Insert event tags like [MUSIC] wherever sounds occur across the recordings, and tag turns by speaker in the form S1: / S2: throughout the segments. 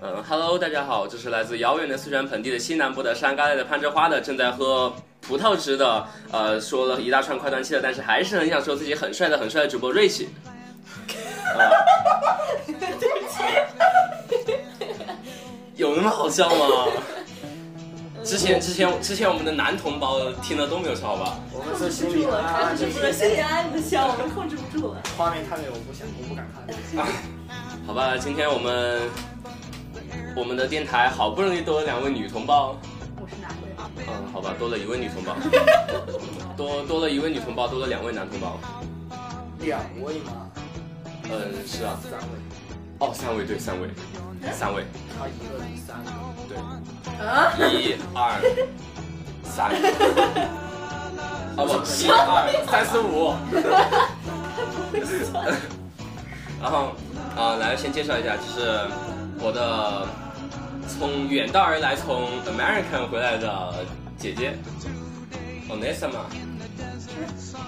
S1: 嗯，Hello，大家好，这是来自遥远的四川盆地的西南部的山旮旯的攀枝花的，正在喝葡萄汁的，呃，说了一大串快断气的，但是还是很想说自己很帅的很帅的主播瑞奇。啊有那么好笑吗？之前之前之前我们的男同胞听了都没有笑吧？
S2: 我们是
S3: 控
S2: 心
S3: 制不
S2: 理
S3: 住了，
S2: 啊，
S3: 控制
S2: 这
S3: 不住了，
S2: 些
S3: 心里暗暗的笑，我们控制不住了。
S2: 画面太美，我不想，我不敢看。
S1: 好吧，今天我们我们的电台好不容易多了两位女同胞，
S3: 我是哪位啊？
S1: 嗯，好吧，多了一位女同胞，多多了一位女同胞，多了两位男同胞，
S2: 两位吗？
S1: 嗯，是啊，
S2: 三位，
S1: 哦，三位对，三位，三位，
S2: 他一个是三位，
S1: 对，
S3: 啊？
S1: 一二三，哦不，一二三四五。然后啊、来先介绍一下，就是我的从远道而来从 American 回来的姐姐 Onessa 嘛，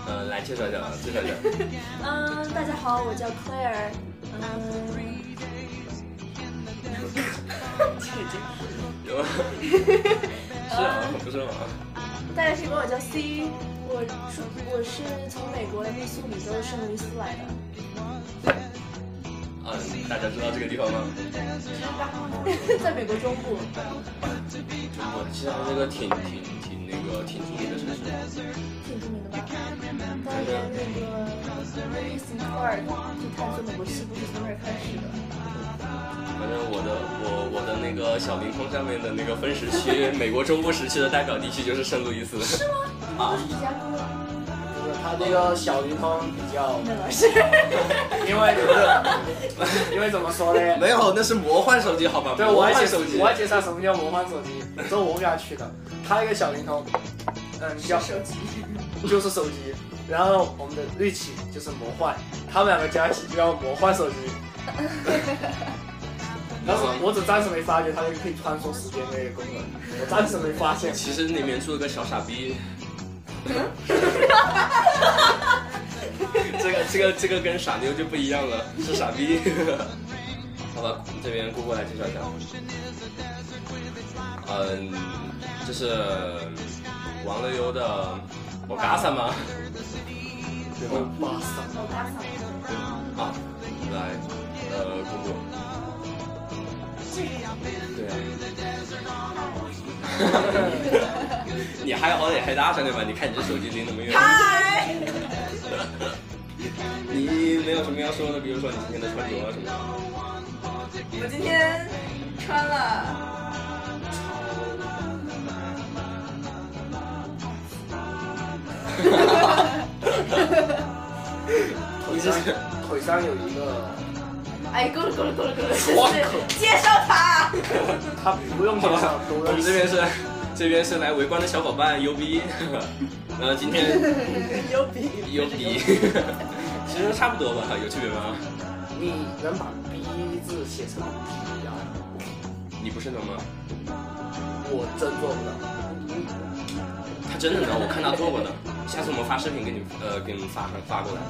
S1: 嗯、来介绍一下，介绍一下，
S3: 嗯，大家好，我叫 Claire。嗯，
S1: 有是啊，不是吗？
S3: 大家可以管我叫 C。我是我是从美国的密苏里州圣路易斯来的。
S1: 嗯、大家知道这个地方吗？
S3: 在美国中部，
S1: 我知道这个挺挺挺那个挺著名的城市。
S3: 挺著名的吧？当年那个路易斯科尔就探索美国西部是从那儿开始的。
S1: 反正我的我我的那个小灵通上面的那个分时区，美国中部时区的代表地区就是圣路易斯。
S3: 是吗？你不是芝加哥？
S2: 就是他这个小灵通比较，
S3: 那老师，
S2: 因为就是，因为怎么说呢？
S1: [LAUGHS]
S2: [LAUGHS]
S1: 没有，那是魔幻手机，好吧？
S2: 对，
S1: 魔
S2: 我要
S1: 幻
S2: 介
S1: 手机
S2: 我。要介绍什么叫魔幻手机，这我给他取的。他一个小灵通，嗯，叫
S3: 手机。
S2: 就是手机，然后我们的瑞奇就是魔幻，他们两个加起就叫魔幻 [LAUGHS] 手机。但是我只暂时没发觉它那个可以穿梭时间那个功能，我暂时没发现。
S1: 其实里面住了个小傻逼。这个这个这个跟傻妞就不一样了，是傻逼。好吧，这边姑姑来介绍一下。嗯，这是王乐优的我嘎萨吗？对吗？
S2: 哇塞，
S3: 我打扫。
S1: 啊，来，呃，姑姑。对啊。你还好歹还搭上对吧？你看你这手机离那么远。
S3: 嗨。
S1: 你没有什么要说的，比如说你今天的穿着啊什么的。
S3: 我今天穿了，
S2: 腿上腿上有一个，
S3: 哎，够了够了够了够了，
S1: 哇
S3: 就是介绍他。
S2: 他不用 [LAUGHS] 介绍，都
S1: 我们这边是，这边是来围观的小伙伴 U B，然后今天
S3: 牛逼
S1: U B，其实差不多吧，有区别吗？
S2: 你能把 B 字写成 T 啊？
S1: 你不是能吗？
S2: 我真做不到。
S1: 他真的能，我看他做过的。下次我们发视频给你，呃，给你们发上发过来。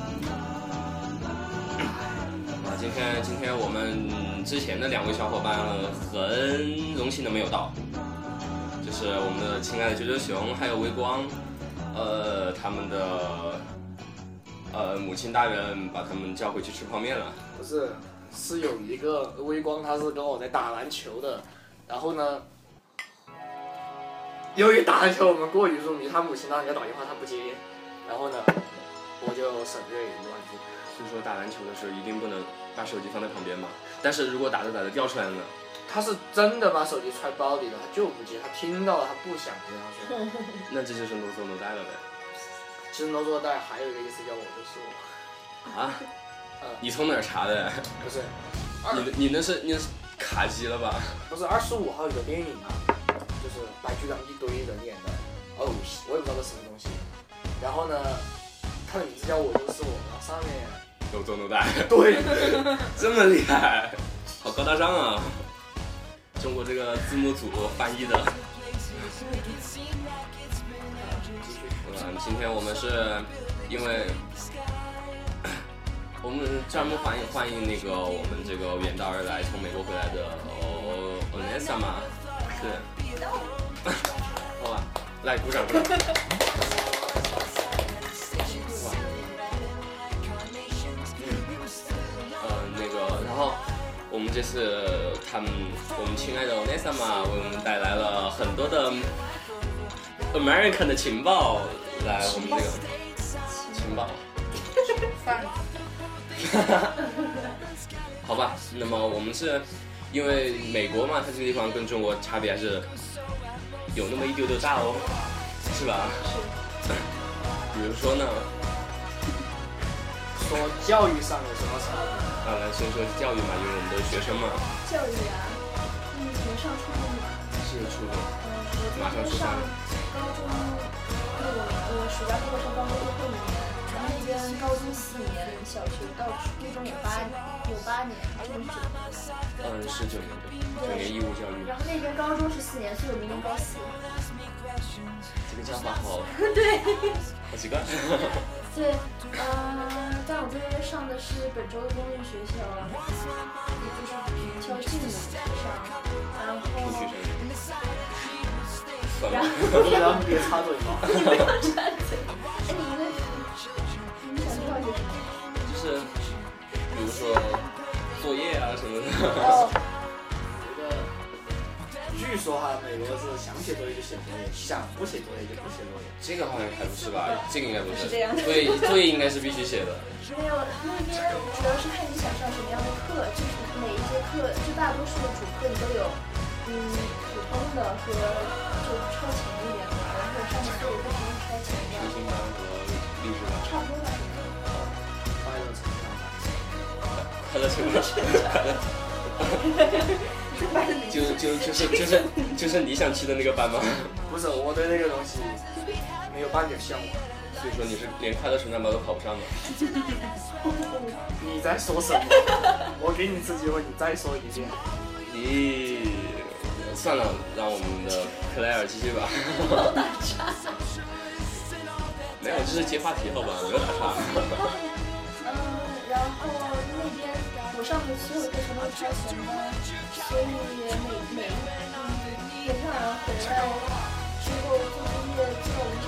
S1: 啊，今天今天我们之前的两位小伙伴很荣幸的没有到，就是我们的亲爱的啾啾熊还有微光，呃，他们的呃母亲大人把他们叫回去吃泡面了。
S2: 不是，是有一个微光，他是跟我在打篮球的，然后呢，由于打篮球我们过于入迷，他母亲让人家打电话他不接，然后呢，我就省略一段字。
S1: 所以说打篮球的时候一定不能把手机放在旁边嘛，但是如果打着打着掉出来了呢？
S2: 他是真的把手机揣包里了，他就不接，他听到了，他不想接，他说。
S1: 那这就是啰嗦啰带了呗。
S2: 其实 n o 做带还有一个意思叫我就是我，
S1: 啊？你从哪儿查的？
S2: 不是，
S1: 你的你那是你那是卡机了吧？
S2: 不是二十五号有个电影啊，就是白巨浪一堆人演的，哦，我也不知道这什么东西。然后呢，他的名字叫我就是我，然后上面
S1: 有做能带，
S2: 对。
S1: 这么厉害，好高大上啊！中国这个字幕组翻译的。嗯，今天我们是因为我们专门欢迎欢迎那个我们这个远道而来从美国回来的哦 o n e s a m a 是， [LAUGHS] 好吧，来鼓掌鼓掌。哇呃，那个，然后我们这次他们，我们亲爱的 Onesa 嘛，为我们带来了很多的 American 的情报，来我们这个情报，
S4: 算了，
S1: 好吧？那么我们是因为美国嘛，它这个地方跟中国差别还是有那么一丢丢大哦，是吧？比如说呢，
S2: 说教育上有什么差
S1: 啊，来先说教育嘛，因为我们都是学生嘛，
S4: 教育啊，嗯，从上初中吧，
S1: 是初中，
S4: 嗯，我从上高中，那个我暑假过后上高中就后年，咱们那边高中四年，小学到初中有八有八年，初中九年。
S1: 嗯，是九年对，九年义务教育，
S4: 然后那边高中是四年，所以我明年高四。
S1: 这个讲法好，
S4: 对，
S1: 好奇怪。
S4: 对，嗯、但我这边上的是本州的公立学校，也就是挑近的上，然后
S1: 不许生，算了，
S2: 别然后别插嘴嘛。
S4: 哎，你应该是你想知道些什么？
S1: 就是比如说作业啊什么的， [LAUGHS]
S4: 哦，
S2: 据说哈，美国是想写作业就写作业，想不写作业就不写作业。
S1: 这个好像还不是吧？这个应该不
S4: 是这样的
S1: 作业作业应该是必须写的。
S4: 没有，那边主要是看你想上什么样的课，就是每一节课，就大多数的主课你都有，嗯，普通的和就超前一点的，然后上面都有不同的超前
S1: 中
S4: 的，
S1: 心班和历史班，
S4: 差不多吧。
S2: 快
S1: 快
S2: 乐成长，
S1: 乐成长， [LAUGHS] 就就就是就是就是你想去的那个班吗？ [LAUGHS]
S2: 不是我对那个东西没有半点向往。
S1: 所以说你是连快乐成长班都考不上吗？
S2: 你在说什么？我给你一次机会，你再说一遍。
S1: 咦，算了，让我们的克莱尔继续吧。 [LAUGHS] 没有，就是接话题好吧，没有打岔。
S4: 嗯，然后那边我上的所有课程都是超前的，所以每每嗯晚上回来之后做作业做到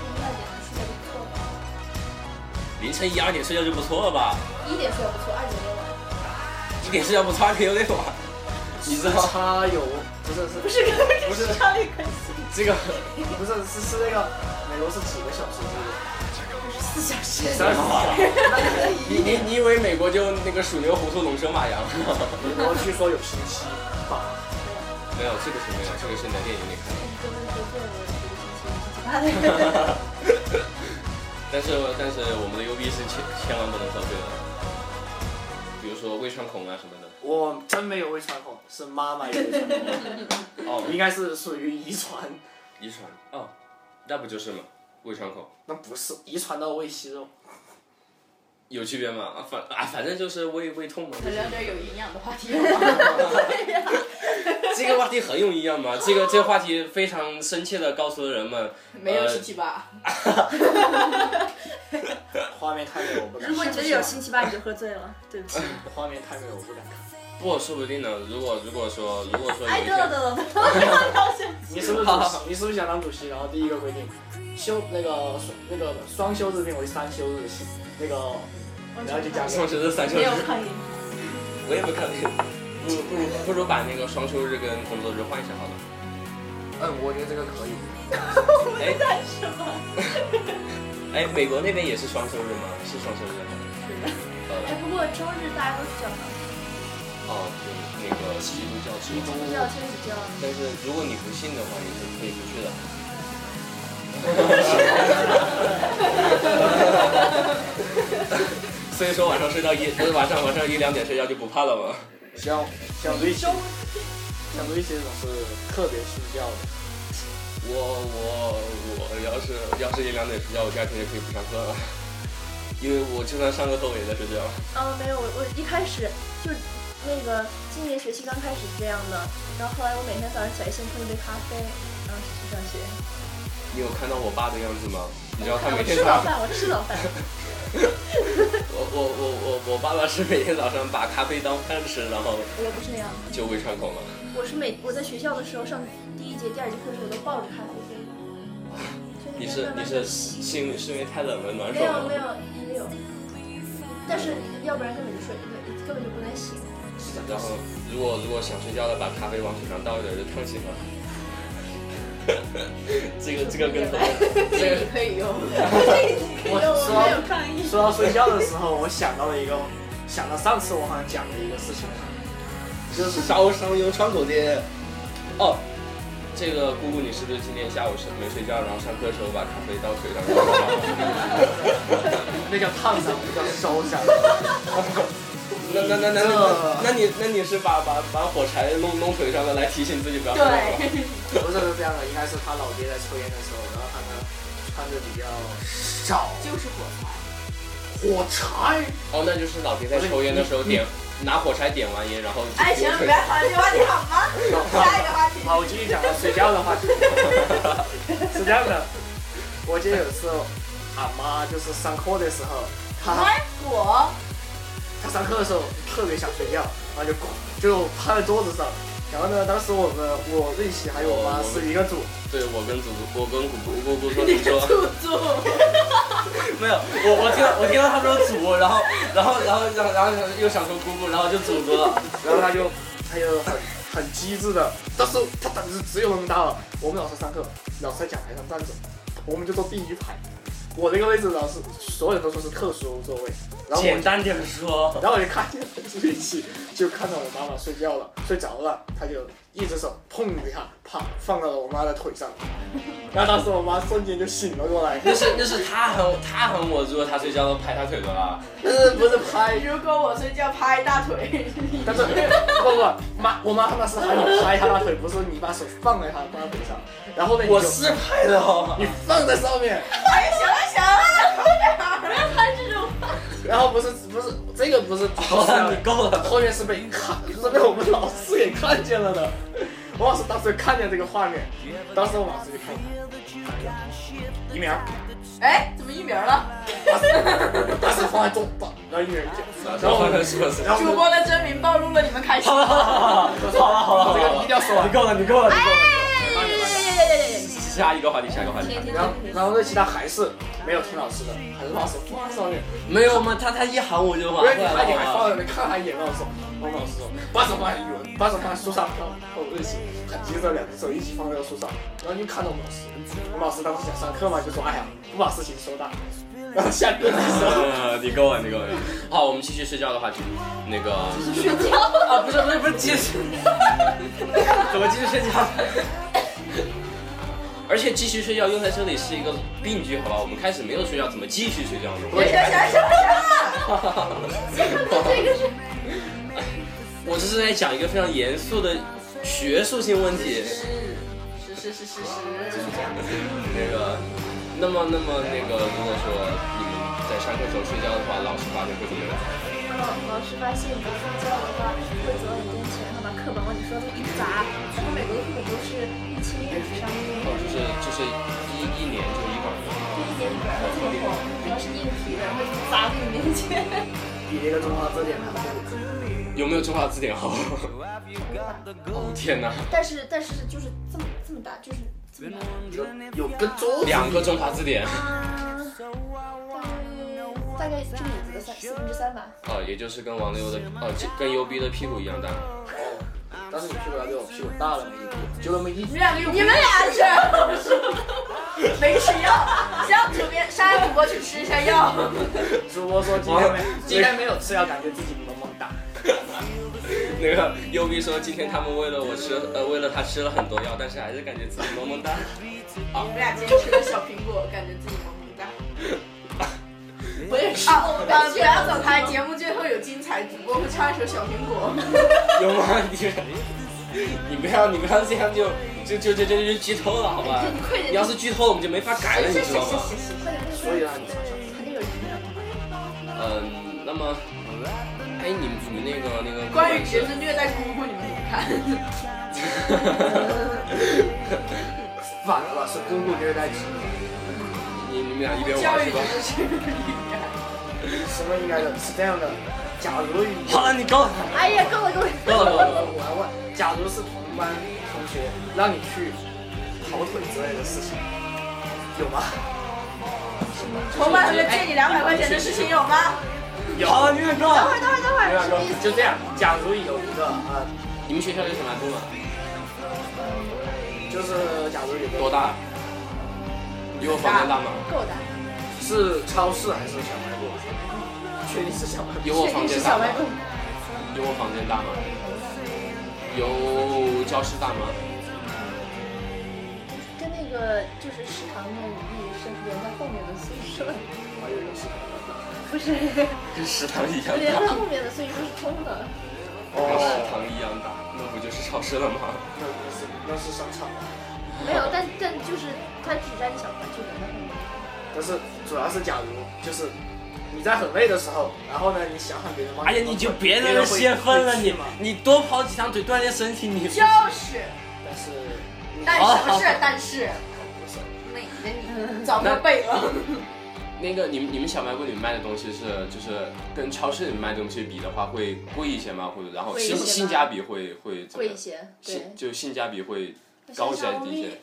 S4: 凌晨一二点睡觉就不
S1: [LAUGHS] 凌晨一二点睡觉就不错了
S4: 错了，
S1: 吧？
S4: 一点睡觉不错，二点也晚，
S1: 一点睡觉不错，二点有点晚。你知道
S2: 他有不是是
S4: 不是跟
S1: 不是
S4: 上一个 [LAUGHS] 系，
S1: 这个
S2: 不是是是那个美国是几个小时制的？
S4: 不是四小时，
S2: 三十四。
S1: 你你你以为美国就那个鼠牛、虎兔、龙蛇、马羊？
S2: 美国据说有星期八，
S1: [LAUGHS] 没有，这个是没有，这个是在电影里看
S4: 根本不对我一个星期七八的。
S1: 的。但是但是我们的 U B 是千千万不能喝醉的，比如说胃穿孔啊什么的。
S2: 我真没有胃穿孔，是妈妈有胃穿孔，
S1: 哦，
S2: 应该是属于遗传，
S1: 遗传哦，那不就是吗？胃穿孔
S2: 那不是遗传到胃息肉。
S1: 有区别吗？啊反啊反正就是胃胃痛嘛。
S5: 咱 [LAUGHS] 聊点有营养的话
S4: [LAUGHS]
S5: 题好吗？对呀，
S1: 这个话题很有营养嘛，这个这个话题非常深切的告诉了人们，
S5: 没有
S1: 呃
S5: 星期八。
S2: 画面太美，我不敢看。啊
S5: 如果你觉得有星期八，你就喝醉了，对不起。
S2: 画面太美，我不敢看。
S1: 不，说不定呢。如果如果说如果说有
S5: 哎，
S1: 一
S5: 等等等
S1: 天，
S5: 等
S4: [LAUGHS]
S5: 等等，
S2: 你是不是主席？你是不是想当主席？然后第一个规定，休那个双那个双休日变为三休日，那个然后就
S1: [LAUGHS]
S2: 加
S1: 双
S2: 上。
S1: 休日三休
S5: 没
S1: 日
S5: 有，抗议。
S1: 我也不看那个，不如不如不如把那个双休日跟工作日换一下好了。
S2: 嗯，我觉得这个可以。
S1: 哎，哎，美国那边也是双休日吗？是双休日吗？
S4: 哎，不过周日大家都是这样的，
S1: 哦，对，那个基督教之
S5: 嗯
S4: 不知道天主教。
S1: 但是如果你不信的话，你是可以不去的。所以说晚上睡到一，呃晚上晚上一两点睡觉就不怕了吗？
S2: 像像瑞奇，像瑞奇这种是特别信教的。
S1: 我我我要是要是一两点睡觉，我第二天就可以不上课了，因为我就算上个课我也在睡觉。
S4: 啊，没有，我我一开始就那个今年学期刚开始是这样的，然后后来我每天早上起来先冲一杯咖啡，然后去上学。啊
S1: 你有看到我爸的样子吗？你知道他
S4: 我
S1: 每天
S4: 吃
S1: 早上，
S4: 早饭，我吃早饭。
S1: 我我我我我爸爸是每天早上把咖啡当饭吃，然后
S4: 我不是那样的。
S1: 就喂串口嘛。
S4: 我是每我在学校的时候上第一节、第二节课的时候，我都抱着咖啡杯。就
S1: 你
S4: 边
S1: 是
S4: 慢
S1: 你
S4: 慢
S1: 是
S4: 地
S1: 是
S4: 吸
S1: 是因为是因为太冷了暖手
S4: 没有没
S1: 吗？
S4: 有也有，但是要不然根本就睡根本就不能醒。
S1: 然后如果如果想睡觉了，把咖啡往手上倒一点就烫醒了。 [LAUGHS] 这个这个跟头这个
S4: [LAUGHS] 可以用，
S2: 我
S4: 没
S2: 说
S4: 有抗议。
S2: 说到睡觉的时候，我想到了一个，想到上次我好像讲的一个事情，啊
S1: 就是烧伤用窗口贴。哦，这个姑姑，你是不是今天下午是没睡觉，然后上课的时候把咖啡倒腿上然后？
S2: 那叫烫伤，不叫烧伤。
S1: 那那那那
S2: 这
S1: 那，那你那你是把把把火柴弄弄腿上的来提醒自己不要睡
S4: 对
S1: 着。，
S2: 不是这样的，应该是他老爹在抽烟的时候，然后他呢穿着比较少
S6: 就是火柴。
S2: 火柴，
S1: 哦，那就是老爹在抽烟的时候点拿火柴点完烟，然后
S6: 哎，行，别谈这个话题好吗？下一个话题。
S2: 好，我继续讲到睡觉的话 [LAUGHS] 题。是这样的，我记得有一次，俺妈就是上课的时候，她
S6: 哎，我
S2: 她上课的时候特别想睡觉，然后就咕就趴在桌子上。然后呢，当时我们我瑞奇还有我妈是一个组，
S1: 对我跟祖祖，我跟姑姑姑姑说，你说
S4: 做
S1: [LAUGHS] 没有，我我听到我听到他说祖，然后然后然后然后然后又想说姑姑，然后就祖哥了。
S2: 然后她就她就很很机智的，当时她胆子只有那么大了。我们老师上课，老师在讲台上站着，我们就坐第一排。我那个位置，老师所有人都说是特殊座位，然后我
S7: 简单点说，
S2: 然后我就看见瑞奇，就看到我妈妈睡觉了，睡着了，他就一只手碰一下，啪放到了我妈的腿上，然后当时我妈瞬间就醒了过来，
S1: 那是那是他喊我他喊我，如果他睡觉了啊拍他腿的啦。
S2: 但是不是拍，
S6: 如果我睡觉拍大腿，
S2: 但是不不妈，我妈他妈是喊你拍她大腿，不是你把手放在她大腿上，然
S7: 哎
S2: 后呢，你就
S1: 拍的哦。
S2: 你放在上面，
S6: 哎，行了行了，
S2: 然后不是不是这个不是，
S1: 好了，你够了。
S2: 后面是被看，是被我们老师给看见了的。我老师当时看见这个画面，当时我老师就看我，一鸣，
S6: 哎，怎么一鸣了？
S2: 当时放在中，当然后一鸣就，
S1: 然后后面说是
S2: 然后
S6: 主播的真名暴露了你们开心
S7: 好。了好了好
S1: [LAUGHS]
S7: 了好了好了，
S2: 我这个一定要说完
S7: 你。够了你够了你够了，
S1: 下一个话题，下一个话题。
S4: 天天
S2: 然后，然后那其他还是没有听老师的，还是把手放在上面，
S1: 没有嘛，他他一喊我就
S2: 因
S1: 往
S2: 为你看你还放在那边看他眼，然后说，我们老师说，把手放在语文，把手放在书上，然后我认识，他急着两只手一起放在书上，然后就看到我们老师，我们老师当时想上课嘛，就说，哎呀，不把事情说大，然后下课的时候。
S1: 呃， [LAUGHS] 你够了，你够了。好，我们继续睡觉的话题。那个
S6: 睡觉，
S1: 啊，不是不是不是，继续，怎么继续睡觉？ [LAUGHS] 而且继续睡觉用在这里是一个病句，好吧？我们开始没有睡觉，怎么继续睡觉呢？
S6: 行行行行行了。啊
S1: [LAUGHS] 我这是在讲一个非常严肃的学术性问题。
S6: 是是是是是，就是这样。
S1: [LAUGHS] 那个，那么那么那个，如果说你们在上课时候睡觉的话，老师发现会怎么样？
S3: 老师发现你睡觉的话，会走到你跟前，然后把课本往你桌上一砸。然后美国的课本都是一千页以上的，
S1: 哦，就是就是一一年就一本。
S3: 就一节一本，然后最后主要是硬题，然后砸在你面前。
S2: 比那个中华字典还多。
S1: 有没有中华字典好？ [LAUGHS] 哦天哪，
S4: 但是但是就是这么这么大，就是这么大。
S2: 有有跟桌子，
S1: 两个中华字典，
S4: 啊，大概这个椅子的三四分之三吧。
S1: 哦，也就是跟王六的，哦，就跟 U B 的屁股一样大。 [LAUGHS]
S2: 但是你屁股要比我屁股大了一点，就那么一
S6: 你们两个有，你们俩是 [LAUGHS] 没吃药，让主编沙拉主播去吃一下药。
S2: 主播说今天没今天没有吃药，感觉自己萌萌哒。
S1: 那个 U B 说，今天他们为了我吃，呃，为了他吃了很多药，但是还是感觉自己萌萌哒。 [LAUGHS]
S6: 你们俩今天吃了小苹果，感觉自己萌萌哒。我也是。啊，呃，不要走开，节目最后有精彩，主播会唱一首《小苹果》。
S1: 有吗？你 [LAUGHS] 你不要你不要这样就就就就就就剧透了好吧？你要是剧透了我们就没法改了，你知道吗？
S2: 所以啊，你想想，
S1: 嗯，那么，哎，你们你们那个那个
S6: 关于侄子虐待姑姑，你们怎么看？ [LAUGHS]
S2: 反了是姑姑虐待侄子，
S1: 你你们俩一边
S6: 教
S1: 玩
S6: 育
S1: 是
S6: 侄
S1: 吧？
S6: 子是不是虐待？
S2: 什么应该的？是这样的，假如与
S7: 好了，你够了，
S4: 哎呀，够了够了，
S7: 够了，够了，够了。
S2: 我还问，假如是同班同学让你去跑腿之类的事情，有吗？
S6: 同班同学借你两百块钱的事情有吗？
S7: 好了，你也够
S4: 等
S7: 了
S4: 会。儿等会儿等会
S2: 没
S4: 儿，
S2: 有
S4: 什么意思？
S2: 就这样。哦假如有一个呃，
S1: 你们学校有小卖部吗？
S2: 就是假如有
S1: 多
S2: 个
S1: 大？比我房间大吗？
S4: 够的，
S2: 呃是超市还是小卖部？确定是小卖
S1: 有
S2: 部。
S1: 我
S4: 确
S1: 房
S4: 定是
S1: 间大
S4: 小
S1: 吗
S4: 卖？部。
S1: 有我房间大吗？有教室大吗？
S4: 跟那个就是食堂那那是连在后面的宿舍，
S2: 我还以为是小卖部
S4: [LAUGHS] 不是
S1: 跟食堂一样
S4: [LAUGHS] 连在后面的，所以说是冲的。
S1: 跟食
S2: 哦，
S1: 堂一样大，那不就是超市了吗？
S2: 那那是那是商场吧？
S4: 没有，但但就是他只占一小块，就连在后面。
S2: 但是主要是假如就是你在很累的时候，然后呢，你想让别人帮
S7: 哎呀，你就别在这泄愤了，你
S2: 嘛。
S7: 你多跑几趟腿锻炼身体，你
S6: 就是，
S2: 但是你
S6: 但是不是？但是，
S2: 不是
S6: 那你早就背了。
S1: 那个，你们你们小卖部里面卖的东西是，就是跟超市里面卖的东西比的话，会贵一些吗？或者然后
S4: 贵一
S1: 性
S4: 些吧
S1: 性价比会会怎么
S4: 贵一
S1: 样？
S4: 些，对
S1: 性。就性价比会
S4: 我
S1: 高
S4: 想
S1: 一些还是低
S4: 想，我们
S1: 一些？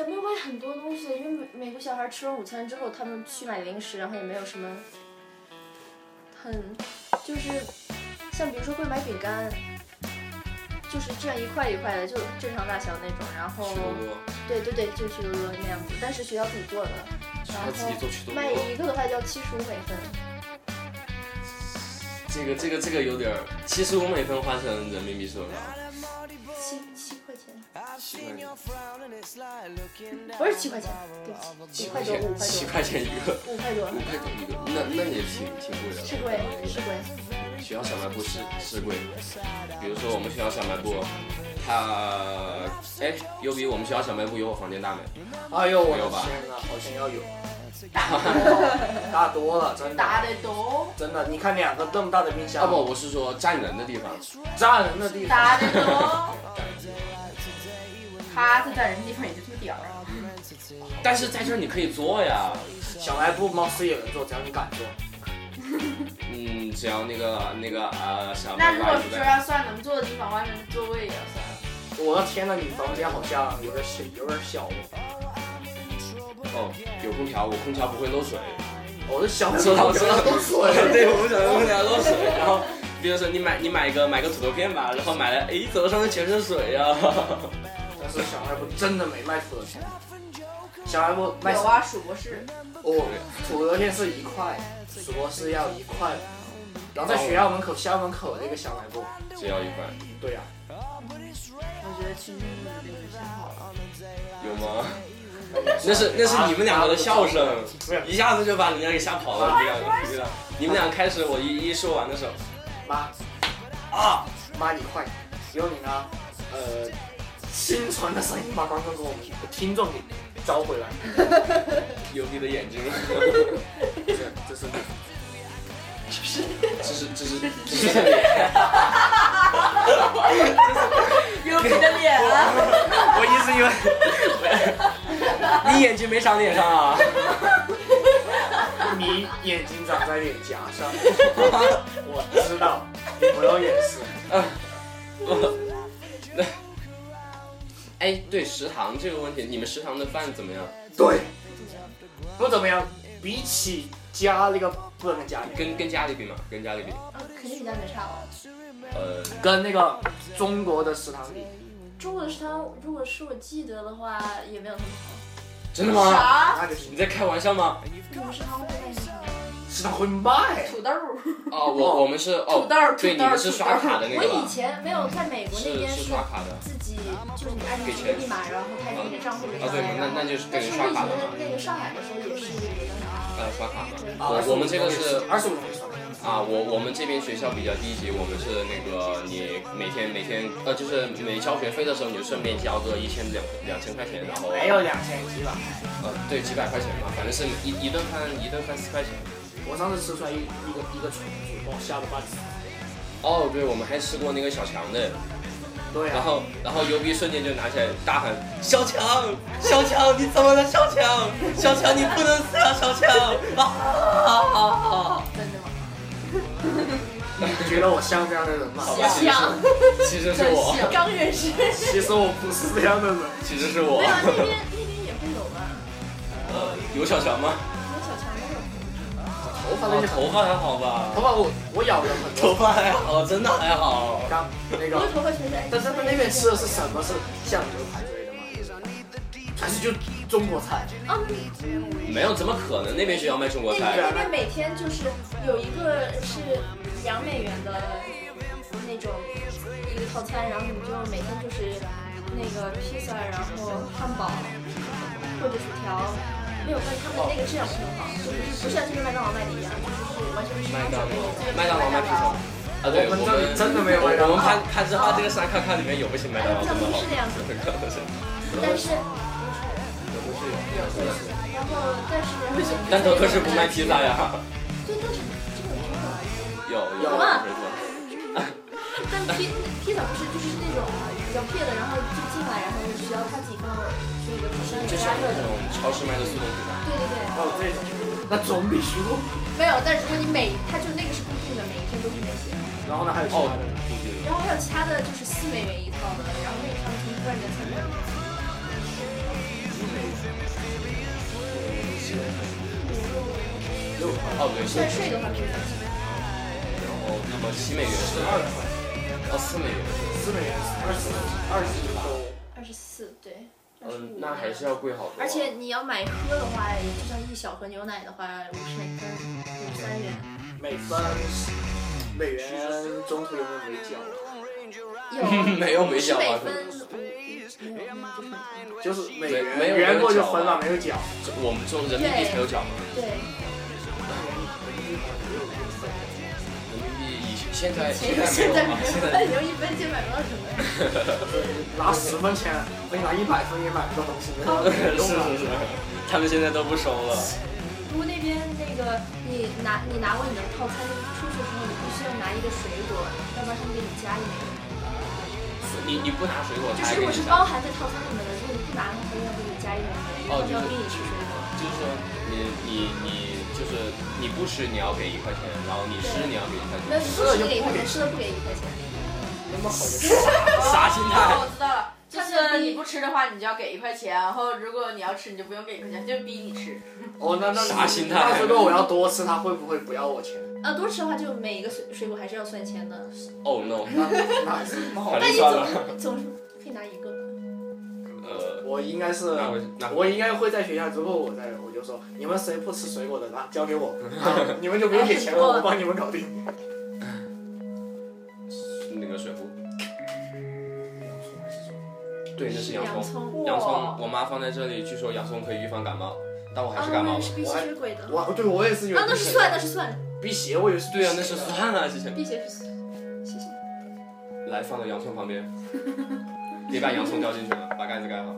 S4: 也没有买很多东西，因为美美国小孩吃完午餐之后，他们去买零食，然后也没有什么很，就是像比如说会买饼干，就是这样一块一块的，就正常大小那种。然后
S1: 许多多，
S4: 对对对，就去多多那样子，但是学校自己做的，然
S1: 他自己
S4: 后
S1: 做许多
S4: 卖
S1: 多。
S4: 一个的话就要七十五美分，
S1: 这个这个这个有点儿，七十五美分换成人民币是多少？
S4: 七七块钱，不是七块钱，对不起，五块多，五块
S1: 七
S4: 多，
S1: 块钱一个，
S4: 五块多
S1: 五，块多一个，那那也挺挺贵的。
S4: 是贵是贵。
S1: 学校小卖部是是贵，比如说我们学校小卖部，它哎有比我们学校小卖部有我房间大没？
S2: 哎呦我
S1: 没
S2: 的
S1: 有吧
S2: 天呐，好
S1: 啊 [LAUGHS]
S2: 像要有，大多了，真的，
S6: 打得多，
S2: 真的，你看两个这么大的冰
S1: 要
S2: 箱，
S1: 啊不我是说站人的地方，
S2: 炸人的地方，
S6: 打得多。 [LAUGHS] 他在占人地方也就这么点儿啊，
S1: 但是在这儿你可以坐呀，
S2: 小卖部貌似有人做，只要你敢做，
S1: 嗯，只要那个那个呃小
S6: 那
S1: 卖
S6: 如
S1: 部
S6: 果
S1: 阿
S6: 说
S1: 姨在，
S6: 要算能坐的地方，外面的座位也要算。
S2: 我的天呐，你房间好像有点小，有点小哦。
S1: 哦，有空调，我空调不会漏水，
S2: 我的小
S1: [LAUGHS] 说到
S2: 我
S1: 这
S2: 要都水，
S1: [LAUGHS] 对，我不想空调漏水，然后。比如说你买你买个买个土豆片吧，然后买了，哎，怎么上面全是水啊呀、
S2: 但是小卖部真的没卖土豆片，小卖部卖
S6: 有啊，鼠博士，
S2: 哦，土豆片是一块，主播是要一块的，然
S1: 哦
S2: 后在学校门口校门口那个小卖部，
S1: [LAUGHS] 只要一块，
S2: 对啊呀、
S6: 我觉得去那个领域好了。
S1: 有吗？那是那是你们两个的笑声。
S2: 啊不是
S1: 一下子就把人家给吓跑了，你俩你俩，你们俩开始我一一说完的时候，
S2: 妈，
S7: 啊，
S2: 妈你快，只有你呢，呃，新传的声音把观众给我们的听众给招回来，
S1: 牛逼的眼睛， [LAUGHS]
S2: 这这是你
S1: 这是这是这是这脸，
S6: 有你的脸啊！
S7: 我一直以为你眼睛没长脸上啊。
S2: 你眼睛长在脸颊上，我知道，你不用掩饰。
S1: 我， [LAUGHS] 哎，对食堂这个问题，你们食堂的饭怎么样？
S2: 对，不怎么样，比起家那个不能家里，
S1: 跟跟家里比嘛，跟家里比，
S4: 啊，肯定比家没差哦。
S1: 呃，
S2: 跟那个中国的食堂比，
S4: 中国的食堂，如果是我记得的话，也没有那么好。
S1: 真的
S6: [LAUGHS]
S1: 吗？
S6: 啥？
S2: 那就是
S1: 你在开玩笑吗？
S4: 我们食堂会卖什么？
S2: 食堂会卖。
S6: 土豆儿，
S1: 哦，我我们是
S6: 土
S1: 哦
S6: 豆，儿，
S1: 对，
S6: 土
S1: 你
S6: 豆儿，
S1: 们是
S6: 土豆
S1: 刷卡
S6: 儿。
S1: 的那
S4: 我
S1: 个
S4: 以
S1: 吧？
S4: 前没有在美国那
S1: 是
S4: 边
S1: 是
S4: 是
S1: 刷卡的，
S4: 自己，就是你按进去一个密码，然后它那个账户就
S1: 啊
S4: 上
S1: 对
S4: 来，
S1: 那
S4: 然后
S1: 那。就是
S4: 但
S1: 对
S4: 是
S1: 刷
S4: 我以
S1: 卡的
S4: 前
S1: 嘛，
S4: 那个上海的时候也是有那个
S1: 呃，刷卡嘛。
S4: 对
S2: 啊
S1: 我我们这个是
S2: 二十五同学生，
S1: 啊，我我们这边学校比较低级，我们是那个你每天每天呃，就是每交学费的时候，你就顺便交个一千两两千块钱，然后
S2: 没有两千几吧？
S1: 呃对几百块钱吧，反正是一一顿饭一顿饭四块钱。
S2: 我上次吃出来一一个一个虫子，把我吓得半死。
S1: 哦，对，我们还吃过那个小强的，
S2: 对
S1: 然
S2: 啊，
S1: 后然后牛逼瞬间就拿起来大喊小强小强你怎么了小强小强你不能死啊小强啊！
S6: 真的吗？
S2: 你觉得我像这样的人吗？
S6: 像
S1: [LAUGHS] 其实是
S6: 真
S1: 我，
S6: 像，
S4: 刚认识。
S2: 其实我不是这样的人。
S1: 其实是 [LAUGHS]
S4: 没
S1: 我
S4: 有，。那边那边也会有吧？
S1: 呃，有小强吗？
S4: 有小强也有。
S2: 头发那
S1: 哦
S2: 些
S1: 头发还好吧？
S2: 头发我我咬了很
S1: 头
S2: 多，
S1: 发还好，真的还好。
S2: 刚那
S4: 我
S2: 个
S4: 的，头发全是爱
S2: 但是他们那边吃的是什么？是酱牛排之类的吗？还是就中国菜？
S4: 啊，
S1: 没有，怎么可能？那边学校卖中国
S4: 那
S1: 菜？
S4: 边那边每天就是有一个是两美元的那种一个套餐，然后你就每天就是那个披萨，然后汉堡或者薯条。没有关系，他们那个质量挺好，就是不像就是麦当劳卖的一样，就是完全是
S1: 麦当劳
S4: 对，
S1: 麦当劳卖披萨吗。啊，对，
S2: 我
S1: 我
S2: 们这
S1: 们
S2: 里真的没有麦当
S1: 我
S2: 劳
S1: 们攀攀枝花这个山看看里面有不行麦当劳，真的好。
S4: 是这样子但是然后但是
S1: 但德克士不卖披萨呀。
S4: 对，但是这个挺好。
S1: 有有
S2: 有
S4: 啊
S1: 有
S4: 但披披萨不是就是那种比较撇的，然后就进来，然后只要他几个那个主持人给
S1: 就是
S4: 他热
S1: 那
S4: 的
S1: 种。超市卖的速冻披萨。
S4: 对对对，
S2: 哦，这种，那总比徐州。
S4: 没有，但是他就每他就那个是固定的，每一天都是那些。
S2: 然后呢，还有其他
S1: 哦
S2: 的。，
S1: 不记得。
S4: 然后还有其他的就是四美元一套的，然后那个他们从一个人的成本。
S1: 哦，对，是。
S4: 算税的话，平常
S1: 然后那么七美元是二块，哦，四美元。
S2: 四美元，二十二十一欧，
S4: 二十四对。
S1: 嗯，那还是要贵好多。
S4: 而且你要买喝的话，也就像一小盒牛奶的话，五十美分，五十三元，
S1: [LAUGHS]
S2: 每分美元中途有没有回缴？
S1: [LAUGHS]
S4: 有
S1: 没有没
S4: 五十
S1: 讲
S4: 美
S1: 啊，
S4: 分五五没有，那就是美分
S2: 就是美元，
S1: 没有
S2: 元过
S1: 没
S2: 就
S1: 有
S2: 分
S1: 缴
S2: 了，没有缴。
S1: 这我们这种人民币才有涨。
S4: 对。
S1: 人民币以前现在
S4: 现
S1: 现在
S4: 在
S1: 没有了，现在
S4: 留一分钱买不到什么。
S2: 拿十分钱，可以拿一百分也买不到东西，没有
S1: [LAUGHS] 是
S2: 用
S1: 是是
S2: 了。，
S1: 他们现在都不收了。
S4: 如果那边那个你拿你拿过你的套餐出去的时候，你必须要拿一个水果，要不然他们给你加一美元。
S1: 你你不拿水果，
S4: 就
S1: 他还啊给
S4: 水果
S1: 你
S4: 是
S1: 拿。
S4: 包含在套餐里面的，如果你不拿的话，他要给你加一美元，因为他们要逼你吃水果。
S1: 就是说你你你就是你不吃你要给一块钱，然后你吃你要给一块
S4: 那
S1: 钱。
S4: 你不吃给一块钱，吃的不给一块钱。
S2: 那么好的，
S8: 啥心态
S6: 哦我知道了，就是你不吃的话，你就要给一块钱，然后如果你要吃，你就不用给一块钱，就是逼你吃。
S2: 哦，那那
S1: 啥心态
S2: 那如果我要多吃，他会不会不要我钱？
S4: 啊，多吃的话就每一个水水果还是要算钱的，
S1: Oh no，
S2: 那那还是蛮好
S1: 反正
S2: 的。
S4: 但你
S1: 算
S4: 总
S1: 了。
S4: 总是可以拿一个吧。
S1: 呃，
S2: 我应该是，
S1: 那我那
S2: 我应该会在学校，如果我在，我就说你们谁不吃水果的，那交给我，啊你们就不用给钱了，我帮你们搞定。
S1: 那个水壶。对，那是洋
S4: 洋
S1: 葱。
S4: 葱，
S1: 洋葱，我妈放在这里，据说洋葱可以预防感冒，但我还
S4: 啊，
S1: 是感冒
S4: 那
S1: 了。
S4: 是必须是鬼的。啊，
S2: 我对我也是有。
S4: 那是
S2: [LAUGHS]
S4: 蒜，那是蒜，
S2: 辟邪，我以为是
S1: 对啊，那是
S2: [LAUGHS]
S1: 蒜啊，之前
S4: 辟邪是蒜，谢谢。
S1: 来放到洋葱旁 [LAUGHS] 边，别把洋葱掉进去了，把盖子盖好。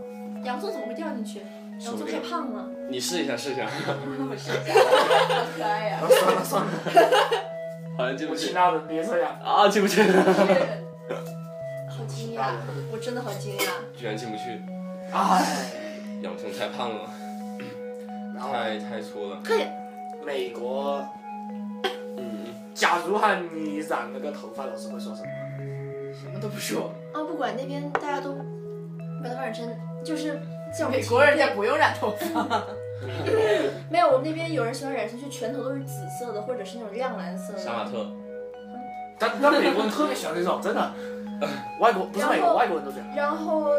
S4: 洋葱怎么会掉进去？洋葱太胖了。
S1: 你试一下，试一下，
S6: 我是假的，好 [LAUGHS] 可爱呀
S2: 啊。算了算了，
S1: [LAUGHS] 好像进不
S2: [LAUGHS]
S1: [LAUGHS]
S2: 我
S1: 去
S2: 亲大的，别这 [LAUGHS] 样。
S1: 啊，进不去，
S4: 好惊讶，我真的好惊讶。
S1: [LAUGHS] 居然进不去，
S2: 哎，
S1: 洋葱太胖了，
S2: 然后
S1: 太太粗了。
S4: 可以，
S2: 美国，
S1: 嗯，
S2: 假如哈你染了个头发，老师会说什么？
S6: 什么都不说，
S4: 啊，不管那边大家都把它染成，就是像我们
S6: 美国人家不用染头发。
S4: 没有，我们那边有人喜欢染成就全头都是紫色的，或者是那种亮蓝色
S1: 杀
S4: 的。
S1: 马特，
S2: 但但美国人特别喜欢这种，真 [LAUGHS] 的。呃外国不是美
S4: 然
S2: 国，
S4: 后
S2: 外国人都这样。
S4: 然后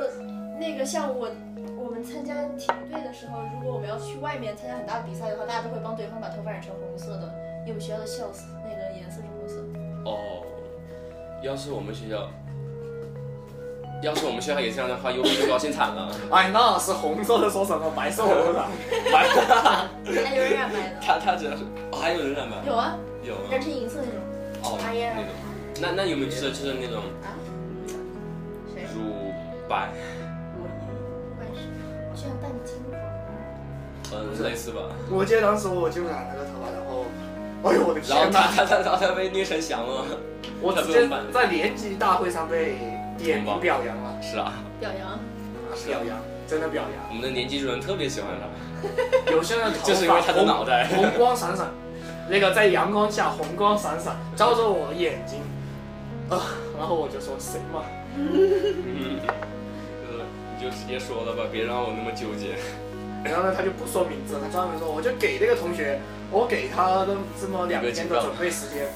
S4: 那个像我。我们参加体育队的时候，如果我们要去外面参加很大的比赛的话，大家都会帮对方把头发染成红色的，因为我们学校的校色那个颜色是红色。
S1: 哦，要是我们学校，要是我们学校也这样的话，优必就高兴惨了。
S2: 哎，那是红色的说什么，白色我不染。
S4: 还有人染白的？
S1: [LAUGHS] 他他只要是，哦还有人染吗？
S4: 有啊，
S1: 有啊
S4: 染成银色那种。
S1: 哦，
S4: 哎呀
S1: 那种，那那有没有吃的就是那种
S6: 谁
S1: 乳白？
S4: 我也是，就像淡金黄。
S1: 嗯，类似吧。
S2: [LAUGHS] 我记得当时我就染了个头发，然后，哎呦我的
S1: [LAUGHS] 然后
S2: 天
S1: 他
S2: 哪！
S1: 他他然后他被虐成翔了。
S2: 我直接在年级大会上被点名表扬了，
S1: 是啊，
S4: 表扬，
S2: 表扬，真的表 [LAUGHS] 扬。
S1: 我们的年级主任特别喜欢他，
S2: 有些人头
S1: 就是因为
S2: 发
S1: 他的 [LAUGHS]
S2: 红
S1: 脑袋。
S2: 红光闪闪，那个在阳光下红光闪闪，照着我眼睛，啊，然后我就说谁嘛，
S1: 嗯，呃，你就直接说了吧，别让我那么纠结。
S2: 然后呢他就不说名字，他专门说我就给那个同学，我给他的这么两天的准备时间，